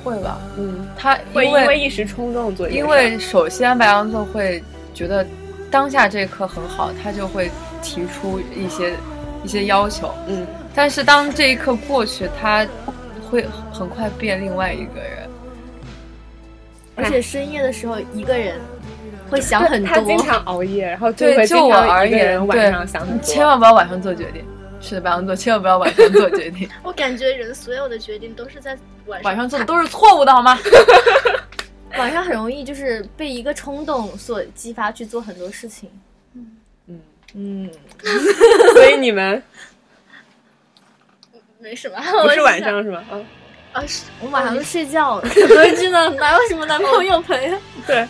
S2: 会吧？
S4: 嗯，
S2: 他
S4: 会
S2: 因
S4: 因
S2: 为
S4: 为一时冲动做一件
S2: 因
S4: 事
S2: 为首先白羊座会觉得当下这一刻很好，他就会提出一些一些要求，
S4: 嗯，
S2: 但是当这一刻过去，他会很快变另外一个人。
S5: 而且深夜的时候一个人会想
S4: 他
S5: 很
S4: 他经
S5: 多。
S4: 常熬夜，然后就会
S2: 对，
S4: 经
S2: 就我
S4: 常
S2: 而
S4: 一个人
S2: 言，
S4: 晚上想
S2: 对，
S4: 很
S2: 你
S4: 多，
S2: 千万不要晚上做决定。是的，白羊座千万不要晚上做决 定，
S6: 我感觉人所有的决定都是在晚上
S2: 晚上做的都是错误的，好吗？
S5: 晚上很容易就是被一个冲动所激发去做很多事情。
S4: 嗯嗯， 所以你们
S6: 没什么，
S4: 不
S6: 我
S4: 是晚
S6: 想，
S4: 上是 吗？啊，
S6: 啊是
S5: 啊我晚上都睡觉了，怎么知道哪有什么男朋友陪？
S4: 对，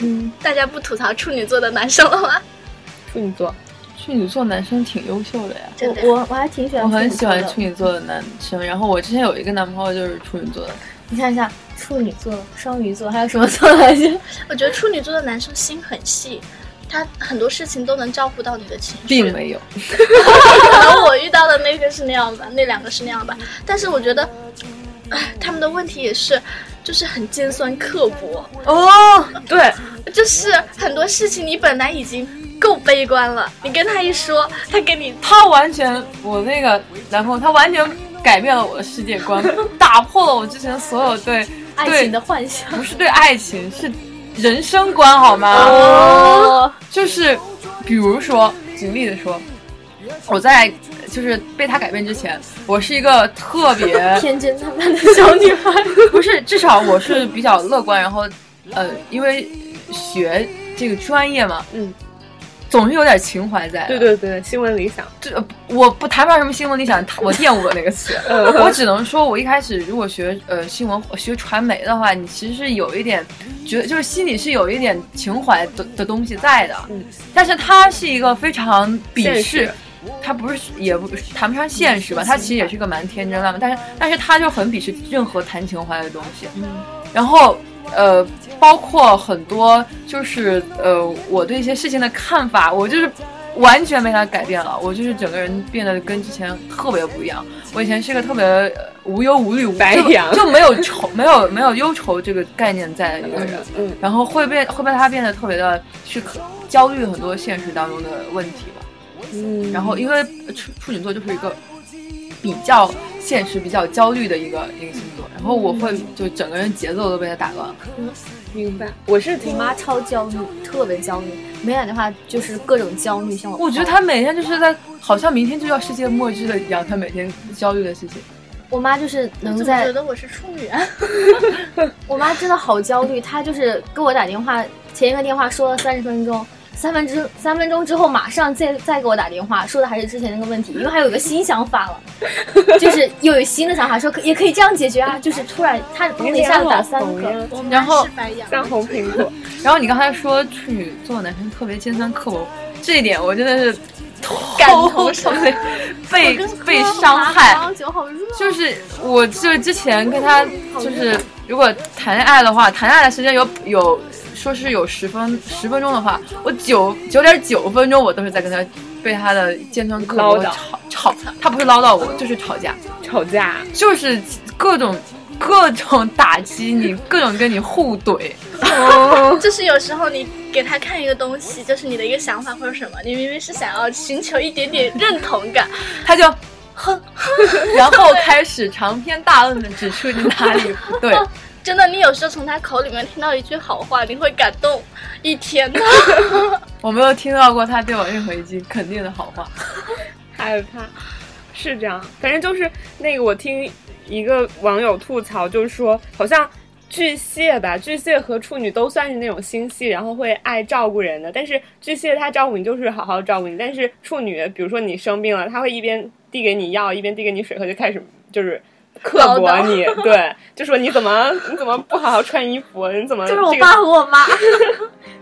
S5: 嗯，
S6: 大家不吐槽处女座的男生了吗？
S4: 处女座，
S2: 处女座男生挺优秀的呀，
S5: 我
S6: 真的
S5: 我我还挺喜欢，
S2: 我很喜欢处。女座的男生。然后我之前有一个男朋友就是处女座的，
S5: 你看一下，处女座、双鱼座还有什么座来着？
S6: 我觉得处女座的男生心很细，他很多事情都能照顾到你的情绪。
S2: 并没有。
S6: 可能我遇到的 那个是那样吧，那两个是那样吧。但是我觉得，唉他们的问题也是，就是很尖酸刻薄，
S4: 哦，对，
S6: 就是很多事情你本来已经够悲观了，你跟他一说，他给你
S2: 他完全，我那个男朋友，他完全改变了我的世界 观，打破了我之前所有对
S5: 爱情的幻想。
S2: 不是对爱情，是人生观，好吗？
S5: 哦，
S2: 就是比如说，举例的说，我在就是被他改变之前，我是一个特别
S5: 天真烂漫的小女孩。
S2: 不是，至少我是比较乐观，然后呃，因为学这个专业嘛，
S4: 嗯，
S2: 总是有点情怀在的。
S4: 对对对，新闻理想，
S2: 这呃我不谈不上什么新闻理想，我厌恶了那个 词。
S4: 嗯
S2: 我只能说，我一开始如果学呃新闻学传媒的话，你其实是有一点觉得，就是心里是有一点情怀的的东西在的。
S4: 嗯
S2: 但是它是一个非常鄙
S4: 现
S2: 视
S4: 实。
S2: 它不是，也不谈不上现实吧，它其实也是一个蛮天真烂漫，但是但是它就很鄙视任何谈情怀的东西。然后呃，包括很多就是呃，我对一些事情的看法，我就是完全被他改变了。我就是整个人变得跟之前特别不一样。我以前是个特别呃无忧无虑、无
S4: 白羊
S2: 就就没有愁、没有没有忧愁这个概念在的一个人。
S4: 嗯，
S2: 然后会变，会被他变得特别的去可焦虑很多现实当中的问题吧。
S4: 嗯
S2: 然后因为处处女座就是一个比较现实、比较焦虑的一个一个星座，然后我会就整个人节奏都被他打乱了。
S4: 嗯明白，我是
S5: 我
S4: 听
S5: 妈超焦虑，特别焦虑，没打电话就是各种焦虑，像我。
S2: 我觉得他每天就是在，好像明天就要世界末日了一样，他每天焦虑的事情。
S5: 我妈就是
S6: 我
S5: 能
S6: 怎么觉
S5: 在，
S6: 得我是处女啊？
S5: 我妈真的好焦虑，她就是给我打电话，前一个电话说了三十分钟。三分之三分钟之后，马上再再给我打电话，说的还是之前那个问题，因为还有一个新想法了，就是又有新的想法，说可也可以这样解决啊，就是突然她
S4: 你
S5: 嗡的一下子打三
S4: 红呀，
S5: 个，
S6: 我妈
S2: 然后
S6: 是白羊，
S4: 像红苹 果，
S2: 然后你刚才说处女座男生特别尖酸刻薄，这一点我真的是
S6: 感
S2: 头
S6: 同身受
S2: 被被伤害。
S5: 酒好热，
S2: 就是我就是之前跟他就是如果谈恋爱的话，谈恋爱的时间有有说是有十分十分钟的话，我九九点九分钟我都是在跟他被他的尖酸刻薄
S4: 唠叨
S2: 吵吵，他不是唠叨我，就是吵架，
S4: 吵架，
S2: 就是各种各种打击你，各种跟你互怼。
S6: 就是有时候你给他看一个东西，就是你的一个想法或者什么，你明明是想要寻求一点点认同感，
S2: 他就哼， 然后开始长篇大论的指出你哪里不对。
S6: 真的，你有时候从他口里面听到一句好话，你会感动一天的。
S2: 我没有听到过他对我任何一句肯定的好话。
S4: 害怕，是这样。反正就是那个，我听一个网友吐槽，就是说好像巨蟹吧，巨蟹和处女都算是那种心细，然后会爱照顾人的。但是巨蟹他照顾你就是好好照顾你，但是处女，比如说你生病了，他会一边递给你药，一边递给你水喝，就开始就是。刻薄你，对，就说你怎么你怎么不好好穿衣服，你怎么
S5: 就是我
S4: 这个
S5: 爸和我妈。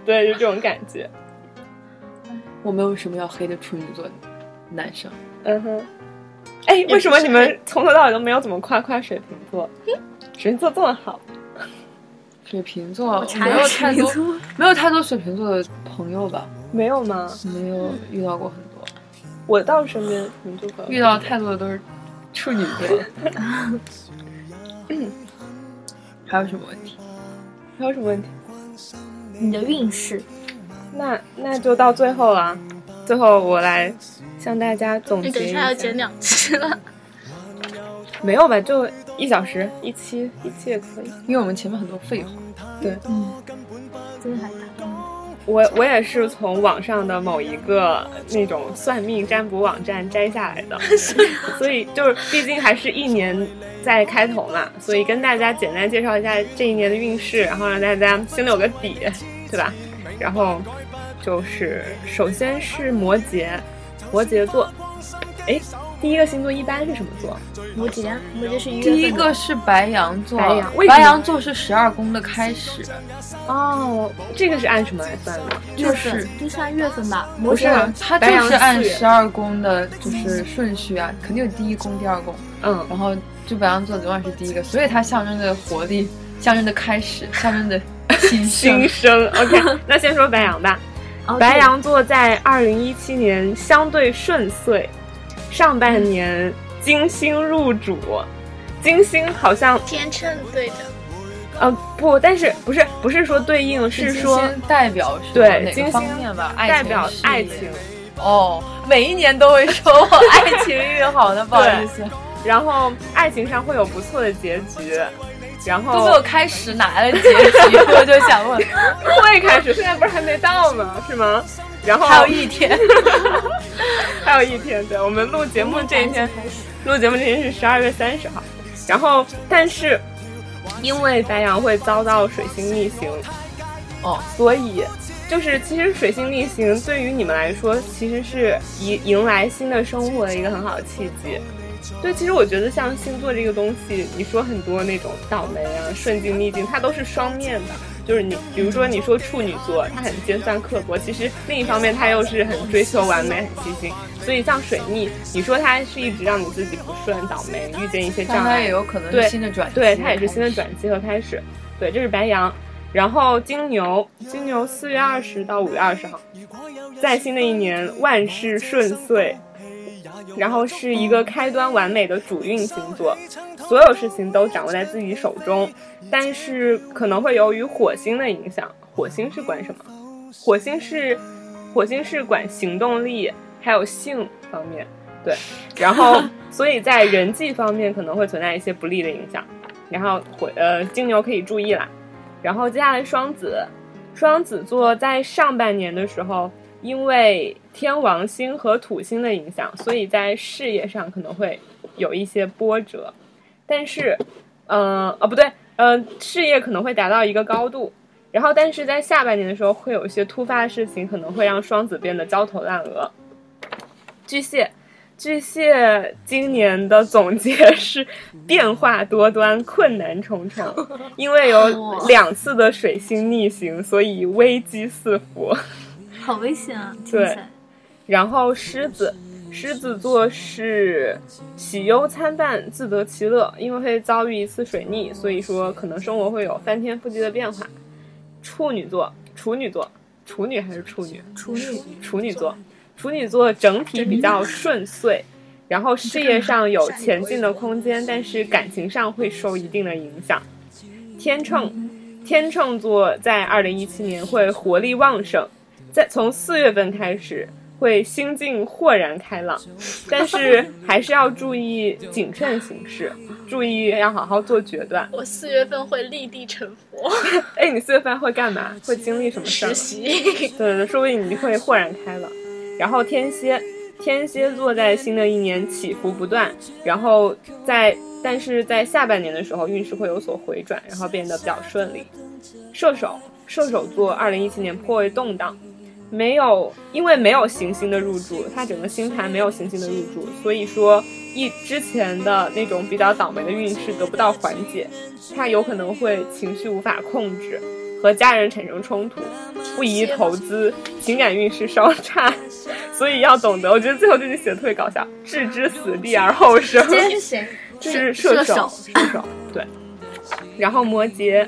S4: 对，就这种感觉，
S2: 我没有什么要黑的处女座男生，
S4: 嗯哼。哎，为什么你们从头到尾都没有怎么夸夸水瓶座？ 水瓶座这么好，
S2: 水瓶座我
S5: 查
S2: 没
S5: 一
S2: 有
S5: 下
S2: 太多， 没有太多水瓶座的朋友吧，
S4: 没有吗？
S2: 没有遇到过很多，
S4: 我到身边水瓶座朋友
S2: 遇到太多的都是处女座。 还有什么问题？
S4: 还有什么问题？
S5: 你的运势，
S4: 那那就到最后了，啊最后我来向大家总
S6: 你等
S4: 结
S6: 一
S4: 一
S6: 下要剪两期了，
S4: 没有吧？就一小时一期，一期也可以。
S2: 因为我们前面很多废话，
S5: 真的还大。
S4: 我我也是从网上的某一个那种算命占卜网站摘下来 的， 所以就是毕竟还是一年在开头嘛，所以跟大家简单介绍一下这一年的运势，然后让大家心里有个底，对吧？然后就是首先是摩羯，摩羯座，哎，第一个星座一般是什么座？
S5: 摩羯啊，摩羯是一月份
S2: 第一个是白羊座，
S4: 白羊为什么
S2: 白羊座是十二宫的开始，
S4: 哦，这个是按什么来算的？
S5: 月
S2: 就
S5: 份
S2: 是。
S5: 就算月份吧，摩
S2: 不是
S5: 羯
S4: 啊
S2: 它就
S4: 白羊
S2: 是按
S4: 四月
S2: 十二宫的，就是顺序啊，肯定有第一宫、第二宫，
S4: 嗯，
S2: 然后就白羊座永远是第一个，所以它象征着活力，象征着开始，象征着新
S4: 新
S2: 生。
S4: 生。OK，那先说白羊吧。
S5: 哦
S4: 白羊座在二零一七年相对顺遂，上半年金星入主，金星好像
S6: 天秤对的，
S4: 呃不，但是不是不是说对应，是
S2: 金
S4: 说
S2: 星代表是
S4: 对
S2: 哪
S4: 金星
S2: 个方面吧？爱情
S4: 代表
S2: 事业
S4: 爱情。
S2: 哦，每一年都会说我爱情运好的，不好意思，
S4: 然后爱情上会有不错的结局，然
S2: 都没有
S4: 后
S2: 开始哪来的结局？我就想问，
S4: 会开始， 现在不是还没到吗？是吗？然后
S2: 还有一天，
S4: 还有一天，对我们录节目这一天，录节目这一天是十二月三十号。然后，但是因为白羊会遭到水星逆行，
S2: 哦，
S4: 所以就是其实水星逆行对于你们来说，其实是迎迎来新的生活的一个很好的契机。对，其实我觉得像星座这个东西，你说很多那种倒霉啊、顺境逆境，它都是双面的。就是你，比如说你说处女座，他很尖酸刻薄，其实另一方面他又是很追求完美、很细心。所以像水逆，你说他是一直让你自己不顺、倒霉，遇见一些
S2: 但
S4: 障
S2: 它
S4: 碍
S2: 也，有可能
S4: 对
S2: 是新的转机，
S4: 对，它也是新的转机和开始。对，这是白羊。然后金牛，金牛四月二十到五月二十号，在新的一年万事顺遂，然后是一个开端完美的主运星座，所有事情都掌握在自己手中，但是可能会由于火星的影响，火星是管什么？火星是火星是管行动力还有性方面，对，然后所以在人际方面可能会存在一些不利的影响，然后火呃金牛可以注意啦，然后接下来双子，双子座在上半年的时候，因为天王星和土星的影响，所以在事业上可能会有一些波折，但是，呃，哦不对，呃，事业可能会达到一个高度，然后但是在下半年的时候会有一些突发的事情，可能会让双子变得焦头烂额。巨蟹，巨蟹今年的总结是变化多端，困难重重，因为有两次的水星逆行，所以危机四伏。
S5: 好危险啊！听起
S4: 对
S5: 来
S4: 然后狮子，狮子座是喜忧参半，自得其乐，因为会遭遇一次水逆，所以说可能生活会有翻天覆地的变化。处女座，处女座，处女还是处女？
S5: 处女
S4: 处女座，处女座整体比较顺遂，然后事业上有前进的空间，但是感情上会受一定的影响。天秤，天秤座在二零一七年会活力旺盛，在从四月份开始会心境豁然开朗，但是还是要注意谨慎行事，注意要好好做决断。
S6: 我四月份会立地成佛，
S4: 哎，你四月份会干嘛？会经历什么事儿
S6: 实
S4: 吗？
S6: 习。
S4: 对对对，说不定你会豁然开朗。然后天蝎，天蝎座在新的一年起伏不断，然后在但是在下半年的时候运势会有所回转，然后变得比较顺利。射手，射手座二零一七年颇为动荡，没有因为没有行星的入驻，它整个星盘没有行星的入驻，所以说一之前的那种比较倒霉的运势得不到缓解，它有可能会情绪无法控制，和家人产生冲突，不宜投资，情感运势稍差，所以要懂得。我觉得最后这句写的特别搞笑，置之死地而后生。
S5: 这是谁？
S4: 这是
S5: 射
S4: 射
S5: 手
S4: 手，射手对。然后摩羯，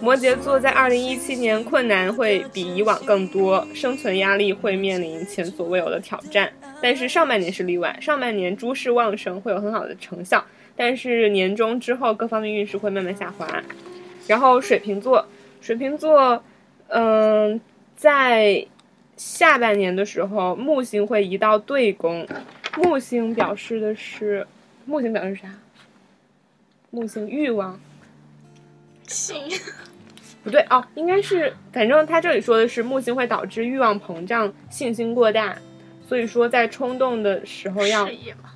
S4: 摩羯座在二零一七年困难会比以往更多，生存压力会面临前所未有的挑战。但是上半年是例外，上半年诸事旺盛，会有很好的成效。但是年终之后，各方面运势会慢慢下滑。然后水瓶座，水瓶座，嗯、在下半年的时候，木星会移到对宫，木星表示的是木星表示啥？木星欲望
S6: 性
S4: 不对哦，应该是，反正他这里说的是木星会导致欲望膨胀、信心过大，所以说在冲动的时候要
S6: 事业嘛，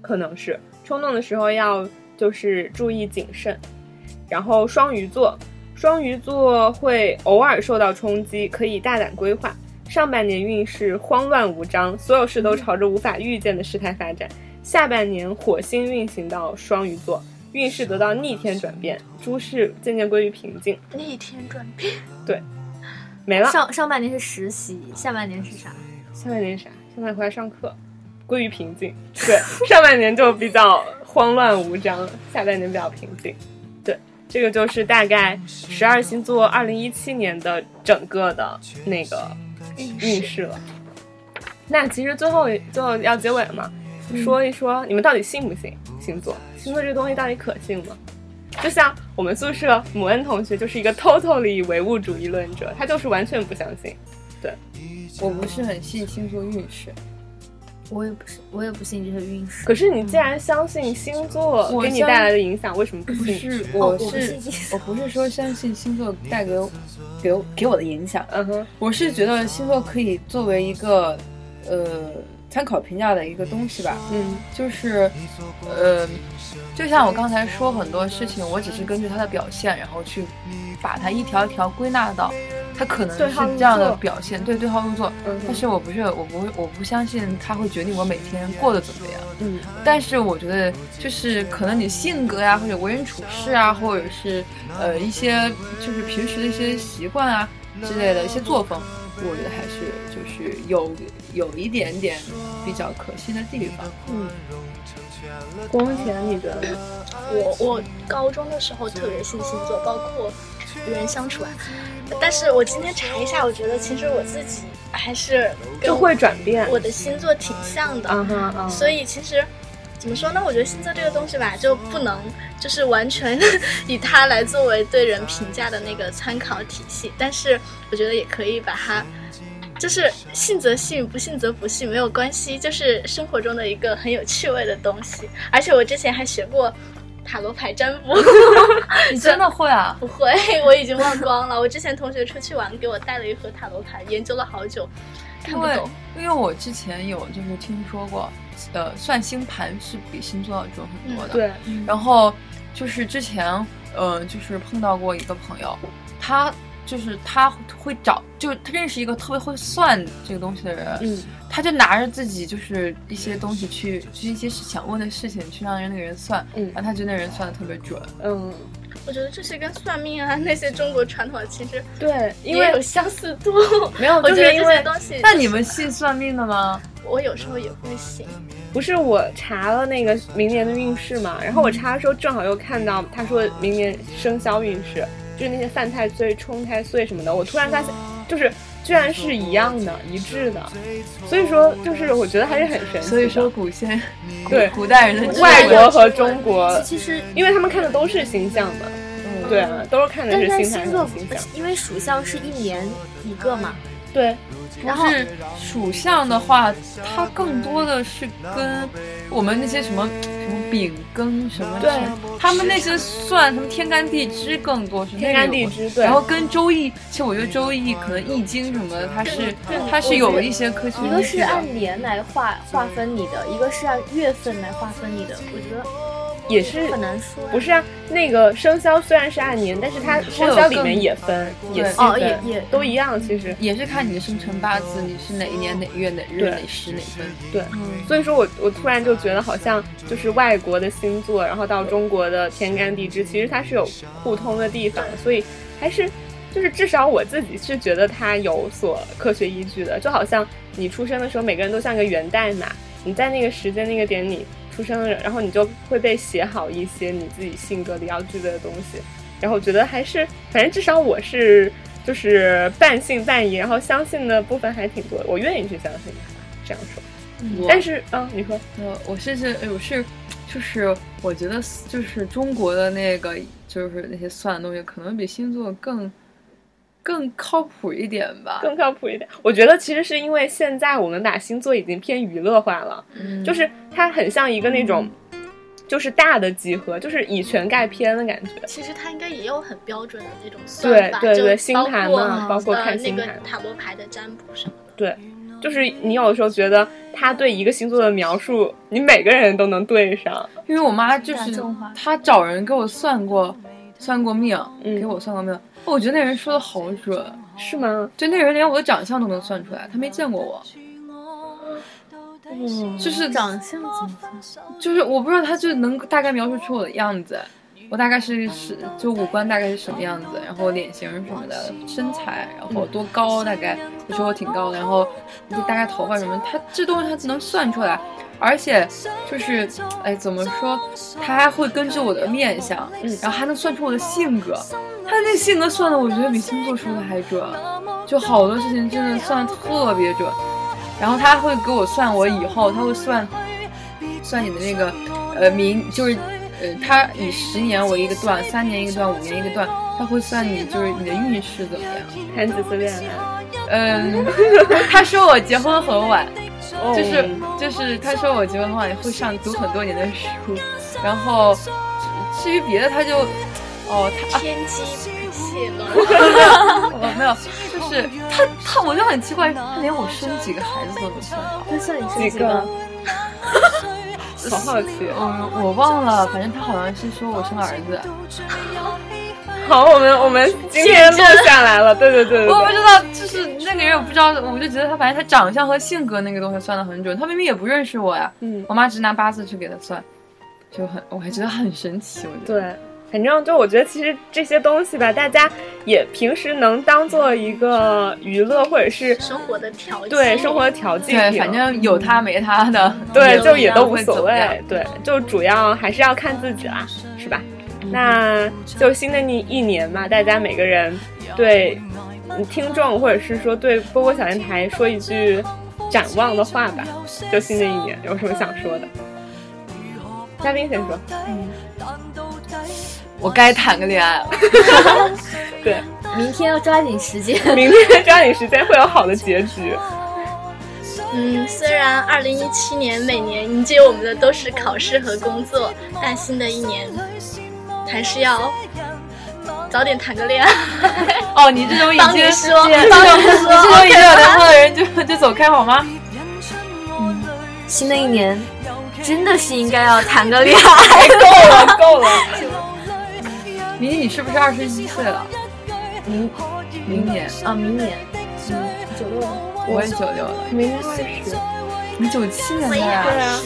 S4: 可能是冲动的时候要就是注意谨慎。然后双鱼座，双鱼座会偶尔受到冲击，可以大胆规划。上半年运势慌乱无章，所有事都朝着无法预见的事态发展。下半年火星运行到双鱼座，运势得到逆天转变，诸事渐渐归于平静。
S6: 逆天转变，
S4: 没了，
S5: 上上半年是实习，下半年是啥？
S4: 下半年啥？下半年回来上课，归于平静。对， 上半年就比较慌乱无章，下半年比较平静。对，这个就是大概十二星座二零一七年的整个的那个运势了。那其实最后最后要结尾了嘛，说一说你们到底信不信星座？星座这个东西到底可信吗？就像我们宿舍母恩同学就是一个 totally 唯物主义论者，他就是完全不相信。
S2: 我不是很信星座运势，
S5: 我也不是，我也不信这些运势。
S4: 可是你既然相信星座
S2: 我
S4: 给你
S2: 相
S4: 带来的影响，为什么不
S2: 不
S4: 信？
S2: 是，
S5: 哦
S2: 我
S5: 不
S2: 是
S5: 信 这些
S2: 我不是说相信星座带给我给我给我的影响，
S4: 嗯哼，
S2: 我是觉得星座可以作为一个呃参考评价的一个东西吧，
S4: 嗯
S2: 就是呃，就像我刚才说很多事情，我只是根据它的表现，然后去把它一条一条归纳到它可能
S4: 对
S2: 是
S4: 号入
S2: 这样的
S4: 座
S2: 表现，对对号入座。
S4: 嗯
S2: 但是我不是，我不会，我不相信它会决定我每天过得怎么样。
S4: 嗯
S2: 但是我觉得，就是可能你性格呀，或者为人处事啊，或者是呃一些就是平时的一些习惯啊之类的一些作风，我觉得还是就是有有一点点比较可信的地方。
S4: 嗯。光田，你觉得呢？
S6: 我我高中的时候特别信星座，包括与人相处啊。但是我今天查一下，我觉得其实我自己还是跟
S4: 就会转变。
S6: 我的星座挺像的。
S4: 嗯哼嗯，
S6: 所以其实怎么说呢？我觉得星座这个东西吧，就不能就是完全 以它来作为对人评价的那个参考体系，但是我觉得也可以把它。就是信则信，不信则不信，没有关系，就是生活中的一个很有趣味的东西。而且我之前还学过塔罗牌占卜，
S2: 你 真的会啊？
S6: 不会， 我已经忘光了。我之前同学出去玩，给我带了一盒塔罗牌，研究了好久，看
S2: 因
S6: 不
S2: 为
S6: 懂。
S2: 因为我之前有就是听说过，呃，算星盘是比星座要准很多的。
S4: 对，
S2: 然后就是之前，呃，就是碰到过一个朋友，他就是他会找，就是他认识一个特别会算这个东西的人，
S4: 嗯，
S2: 他就拿着自己就是一些东西去，就是一些想问的事情去让人那个人算，
S4: 嗯
S2: 然后他觉得那人算的特别准，
S4: 嗯，
S6: 我觉得这是跟算命啊那些中国传统的其实
S4: 对，因
S6: 也
S4: 为
S6: 有相似 度。
S4: 没有，
S6: 我
S4: 就
S6: 觉得
S4: 是因
S6: 这些
S4: 为
S6: 东西，
S2: 那你们信算命的吗？
S6: 我有时候也会信。
S4: 不是我查了那个明年的运势嘛，然后我查的时候正好又看到他说明年生肖运势，就是那些犯太岁、冲太岁什么的，我突然发现，就是居然是一样的、一致的，所以说就是我觉得还是很神奇的。
S2: 所以说古先
S4: 对
S2: 古代人的 智慧
S4: 外国和中国，
S5: 其实
S4: 因为他们看的都是星象嘛，
S2: 嗯
S4: 对啊，都是看的
S5: 但
S4: 是
S5: 是
S4: 星
S5: 星
S4: 盘
S5: 座
S4: 和
S5: 不
S4: 星象，
S5: 因为属相是一年一个嘛，
S4: 对，嗯
S5: 然后
S2: 是属相的话，它更多的是跟我们那些什么什么丙庚什么
S4: 对
S2: 什么他们那些算什么天干地支更多是那个
S4: 天干地支，对
S2: 然，后跟周易，其实我觉得周易可能易经什么的，它是它是有一些科学
S5: 一个
S2: 依据
S5: 是
S2: 的。
S5: 按年来划划分你的，一个是按月份来划分你的，我觉得
S4: 也是
S5: 很难说呀。
S4: 不是啊，那个生肖虽然是按年，但是它生肖里面也分，
S2: 更
S4: 也
S2: 对
S4: 细
S5: 哦，
S4: 分，
S5: 也也
S4: 都一样。其实，
S2: 也是看你的生辰八字，你是哪一年哪月哪日
S4: 对
S2: 哪时哪分。
S4: 所以说我我突然就觉得，好像就是外国的星座，然后到中国的天干地支，其实它是有互通的地方，所以还是就是至少我自己是觉得它有所科学依据的。就好像你出生的时候，每个人都像个源代码，你在那个时间那个点你出生了，然后你就会被写好一些你自己性格里要具备的东西。然后我觉得还是，反正至少我是就是半信半疑，然后相信的部分还挺多的，我愿意去相信它。这样说，
S2: 我
S4: 但是嗯，你说。
S6: 啊
S2: 呃，我是是，我是，就是我觉得就是中国的那个就是那些算的东西，可能比星座更更靠谱一点吧。
S4: 更靠谱一点。我觉得其实是因为现在我们把星座已经偏娱乐化了，
S2: 嗯
S4: 就是它很像一个那种，
S6: 嗯
S4: 就是大的集合，就是以全盖篇的感觉。
S6: 其实它应该也有很标准的那种
S4: 对
S6: 算法，
S4: 对
S6: 就
S4: 对，
S6: 包
S4: 星盘嘛，包括
S6: 括呃
S4: 看
S6: 那
S4: 星
S6: 个
S4: 盘，
S6: 塔罗牌的占卜 什么的。
S4: 就是你有的时候觉得他对一个星座的描述，你每个人都能对上。
S2: 因为我妈就是她找人给我算过，算过命，
S4: 嗯
S2: 给我算过命，我觉得那人说的好准，
S4: 是吗？
S2: 就那人连我的长相都能算出来，他没见过我。
S6: 嗯
S2: 就是
S5: 长相怎么样？
S2: 就是我不知道他就能大概描述出我的样子，我大概是是就五官大概是什么样子，然后脸型什么的，身材，然
S5: 嗯
S2: 后多高大概，有时候挺高的，然后大概头发什么，他这东西他能算出来，而且就是哎怎么说，他还会根据我的面相，然后还能算出我的性格，他那性格算的我觉得比星座说的还准，就好多事情真的算的特别准，然后他会给我算我以后，他会算。算你的那个，呃，明就是，呃，他以十年为一个段，三年一个段，五年一个段，他会算你就是你的运势怎么样。
S4: 谈几次恋爱，
S2: 嗯， 他说我结婚很晚，
S4: 哦
S2: 就是就是他说我结婚很晚会上读很多年的书，然后至于别的他就，哦，他啊
S6: 天机不泄露。
S2: 我没有，就是他他我就很奇怪，他连我生几个孩子都能算好。
S5: 那算你
S6: 哦
S5: 自
S4: 几
S5: 己
S4: 个
S5: 吗？？
S4: 好好奇哦。
S2: 嗯，我忘了，反正他好像是说我生儿子，
S4: 好，我们我们今天录下来了，对对对对
S2: 我不
S4: 对。
S2: 知道，就是那个人，我不知道，我就觉得他反正他长相和性格那个东西算的很准，他明明也不认识我呀，
S4: 嗯，
S2: 我妈只拿八字去给他算，就很，我还觉得很神奇，我觉得。
S4: 对，反正就我觉得其实这些东西吧，大家也平时能当做一个娱乐或者是
S6: 生活的条件，
S4: 对生活的调剂
S2: 对，
S4: 品
S2: 反正有他没他的，
S4: 对
S2: 有
S4: 就也都无
S2: 会
S4: 所
S2: 怎么样
S4: 谓，对，就主要还是要看自己啦，是吧？那就新的一一年嘛，大家每个人对嗯听众或者是说对波波小电台说一句展望的话吧。就新的一年有什么想说的？嘉宾先说，
S5: 嗯
S2: 我该谈个恋爱了。
S4: 对，
S5: 明天要抓紧时间。
S4: 明天 抓紧时间会有好的结局。
S6: 嗯，虽然二零一七年每年迎接我们的都是考试和工作，但新的一年还是要早点谈个恋爱。
S2: 哦，你这种已经，
S6: 帮你说
S2: 你这种你这种已经有男朋友的人就就走开好吗？
S5: 新的一年真的是应该要谈个恋爱。
S4: 够了，够了。
S2: 明年你是不是二十一岁了？
S5: 明
S2: 明年
S5: 啊，明年，嗯，九六年。
S2: 我也九六了，
S4: 明年二十，
S2: 你九七年的呀？
S4: 对啊，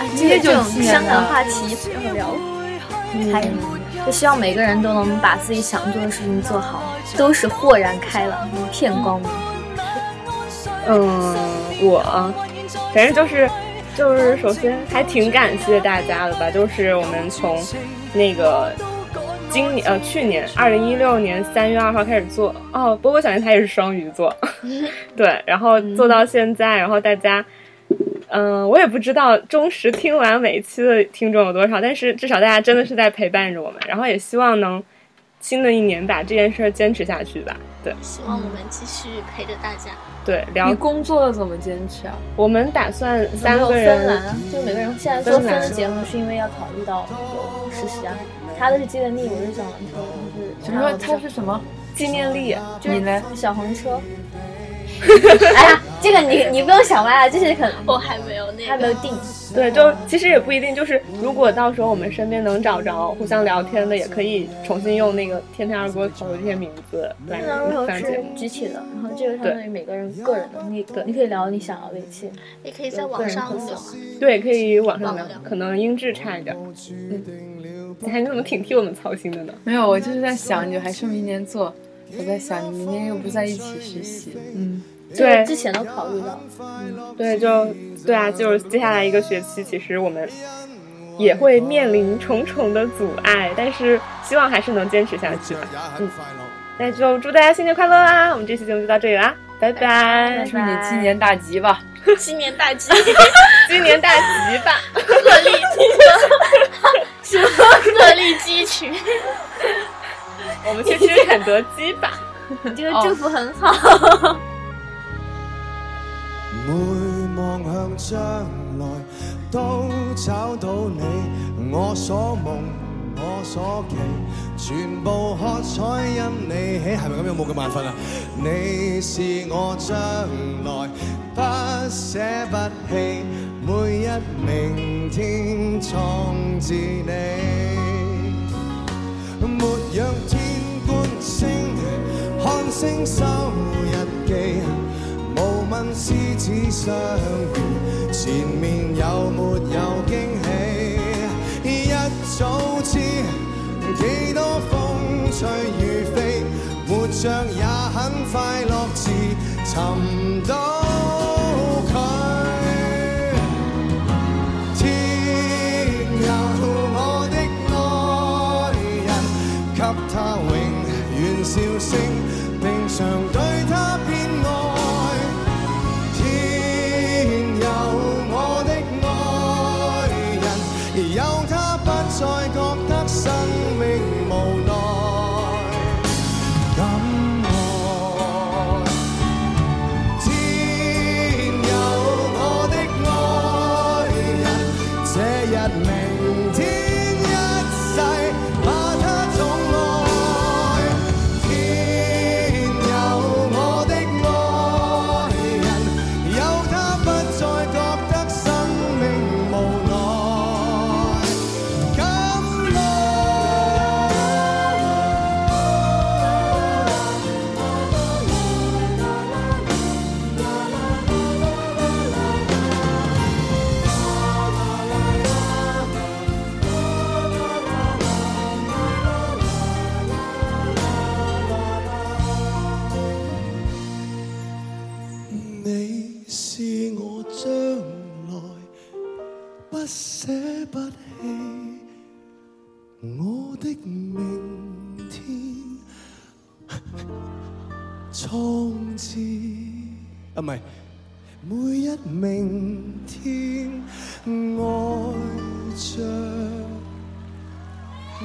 S5: 哎，
S2: 今
S5: 这
S2: 天
S5: 这种
S2: 97年
S5: 伤感
S2: 了
S5: 话题不要聊。还
S4: 嗯
S5: 就希望每个人都能把自己想做的事情做好，都是豁然开朗，一片光明。
S4: 嗯，我反正就是就是首先还挺感谢大家的吧，就是我们从那个今年呃去年二零一六年三月二号开始做哦，波波小电台也是双鱼座，对，然后做到现在，然后大家。嗯，我也不知道忠实听完每一期的听众有多少，但是至少大家真的是在陪伴着我们，然后也希望能新的一年把这件事儿坚持下去吧。对
S6: 希望我们继续陪着大家。
S4: 对，聊
S2: 你工作怎么坚持啊？
S4: 我们打算三个
S5: 有芬
S4: 人，
S5: 兰，就每个人现在做
S4: 芬
S5: 芬
S4: 兰
S5: 的节目是因为要考虑到有实习啊，他的是计算力，我是小黄车，就是
S2: 什么时候他是什么？
S4: 纪念力，
S2: 你呢？
S5: 小黄车。 哎呀，这个你你不用想歪了，就是可能
S6: 我哦还没有那
S5: 还没
S6: 个
S5: 有，定。
S4: 对，就其实也不一定，就是如果到时候我们身边能找着互相聊天的，也可以重新用那个“天天二锅头”这些名字来
S5: 芬兰柔
S4: 上节
S5: 是
S4: 目。
S5: 集体的，然后这个相当于每个人个人的，你你可以聊你想聊的一切。
S6: 也可以在网上聊。
S4: 对，可以网上聊
S6: 网上，聊
S4: 可能音质差一点。嗯，你还怎么挺替我们操心的呢？
S2: 没有，我就是在想，你还剩明年做，我在想你明年又不在一起实习，
S4: 对
S5: 之前都考虑到。
S4: 对，就对啊，就是接下来一个学期，其实我们也会面临重重的阻碍，但是希望还是能坚持下去吧。嗯，那就祝大家新年快乐啦！我们这期节目就到这里啦，拜拜！
S2: 祝你今年大吉吧。
S6: 新年大吉，
S4: 今年大吉吧！
S6: 鹤立鸡，鹤立鸡群。
S4: 我们去吃肯德基吧。
S5: 你这个祝福很好。
S7: 每望向將來，都找到你。我所夢，我所期，全部喝彩因你起。係咪咁樣冇咁眼瞓啊？你是我將來，不捨不棄，每一明天創治你。沒讓天官星看星收日記，無物問獅子相遇，前面有沒有驚喜？一早知幾多風吹雨飛，活着也很快樂，自尋到佢。天有我的愛人，給他永遠笑聲，平常對他偏愛。天有我的愛人，有他不再覺得生命無奈感慨。天有我的愛人，這日明天一世，把他寵愛。天有我的愛人，有他不再覺得生命無奈感慨。你是我將來不捨不棄，我的明天創志 啊，唔係每一明天愛着你。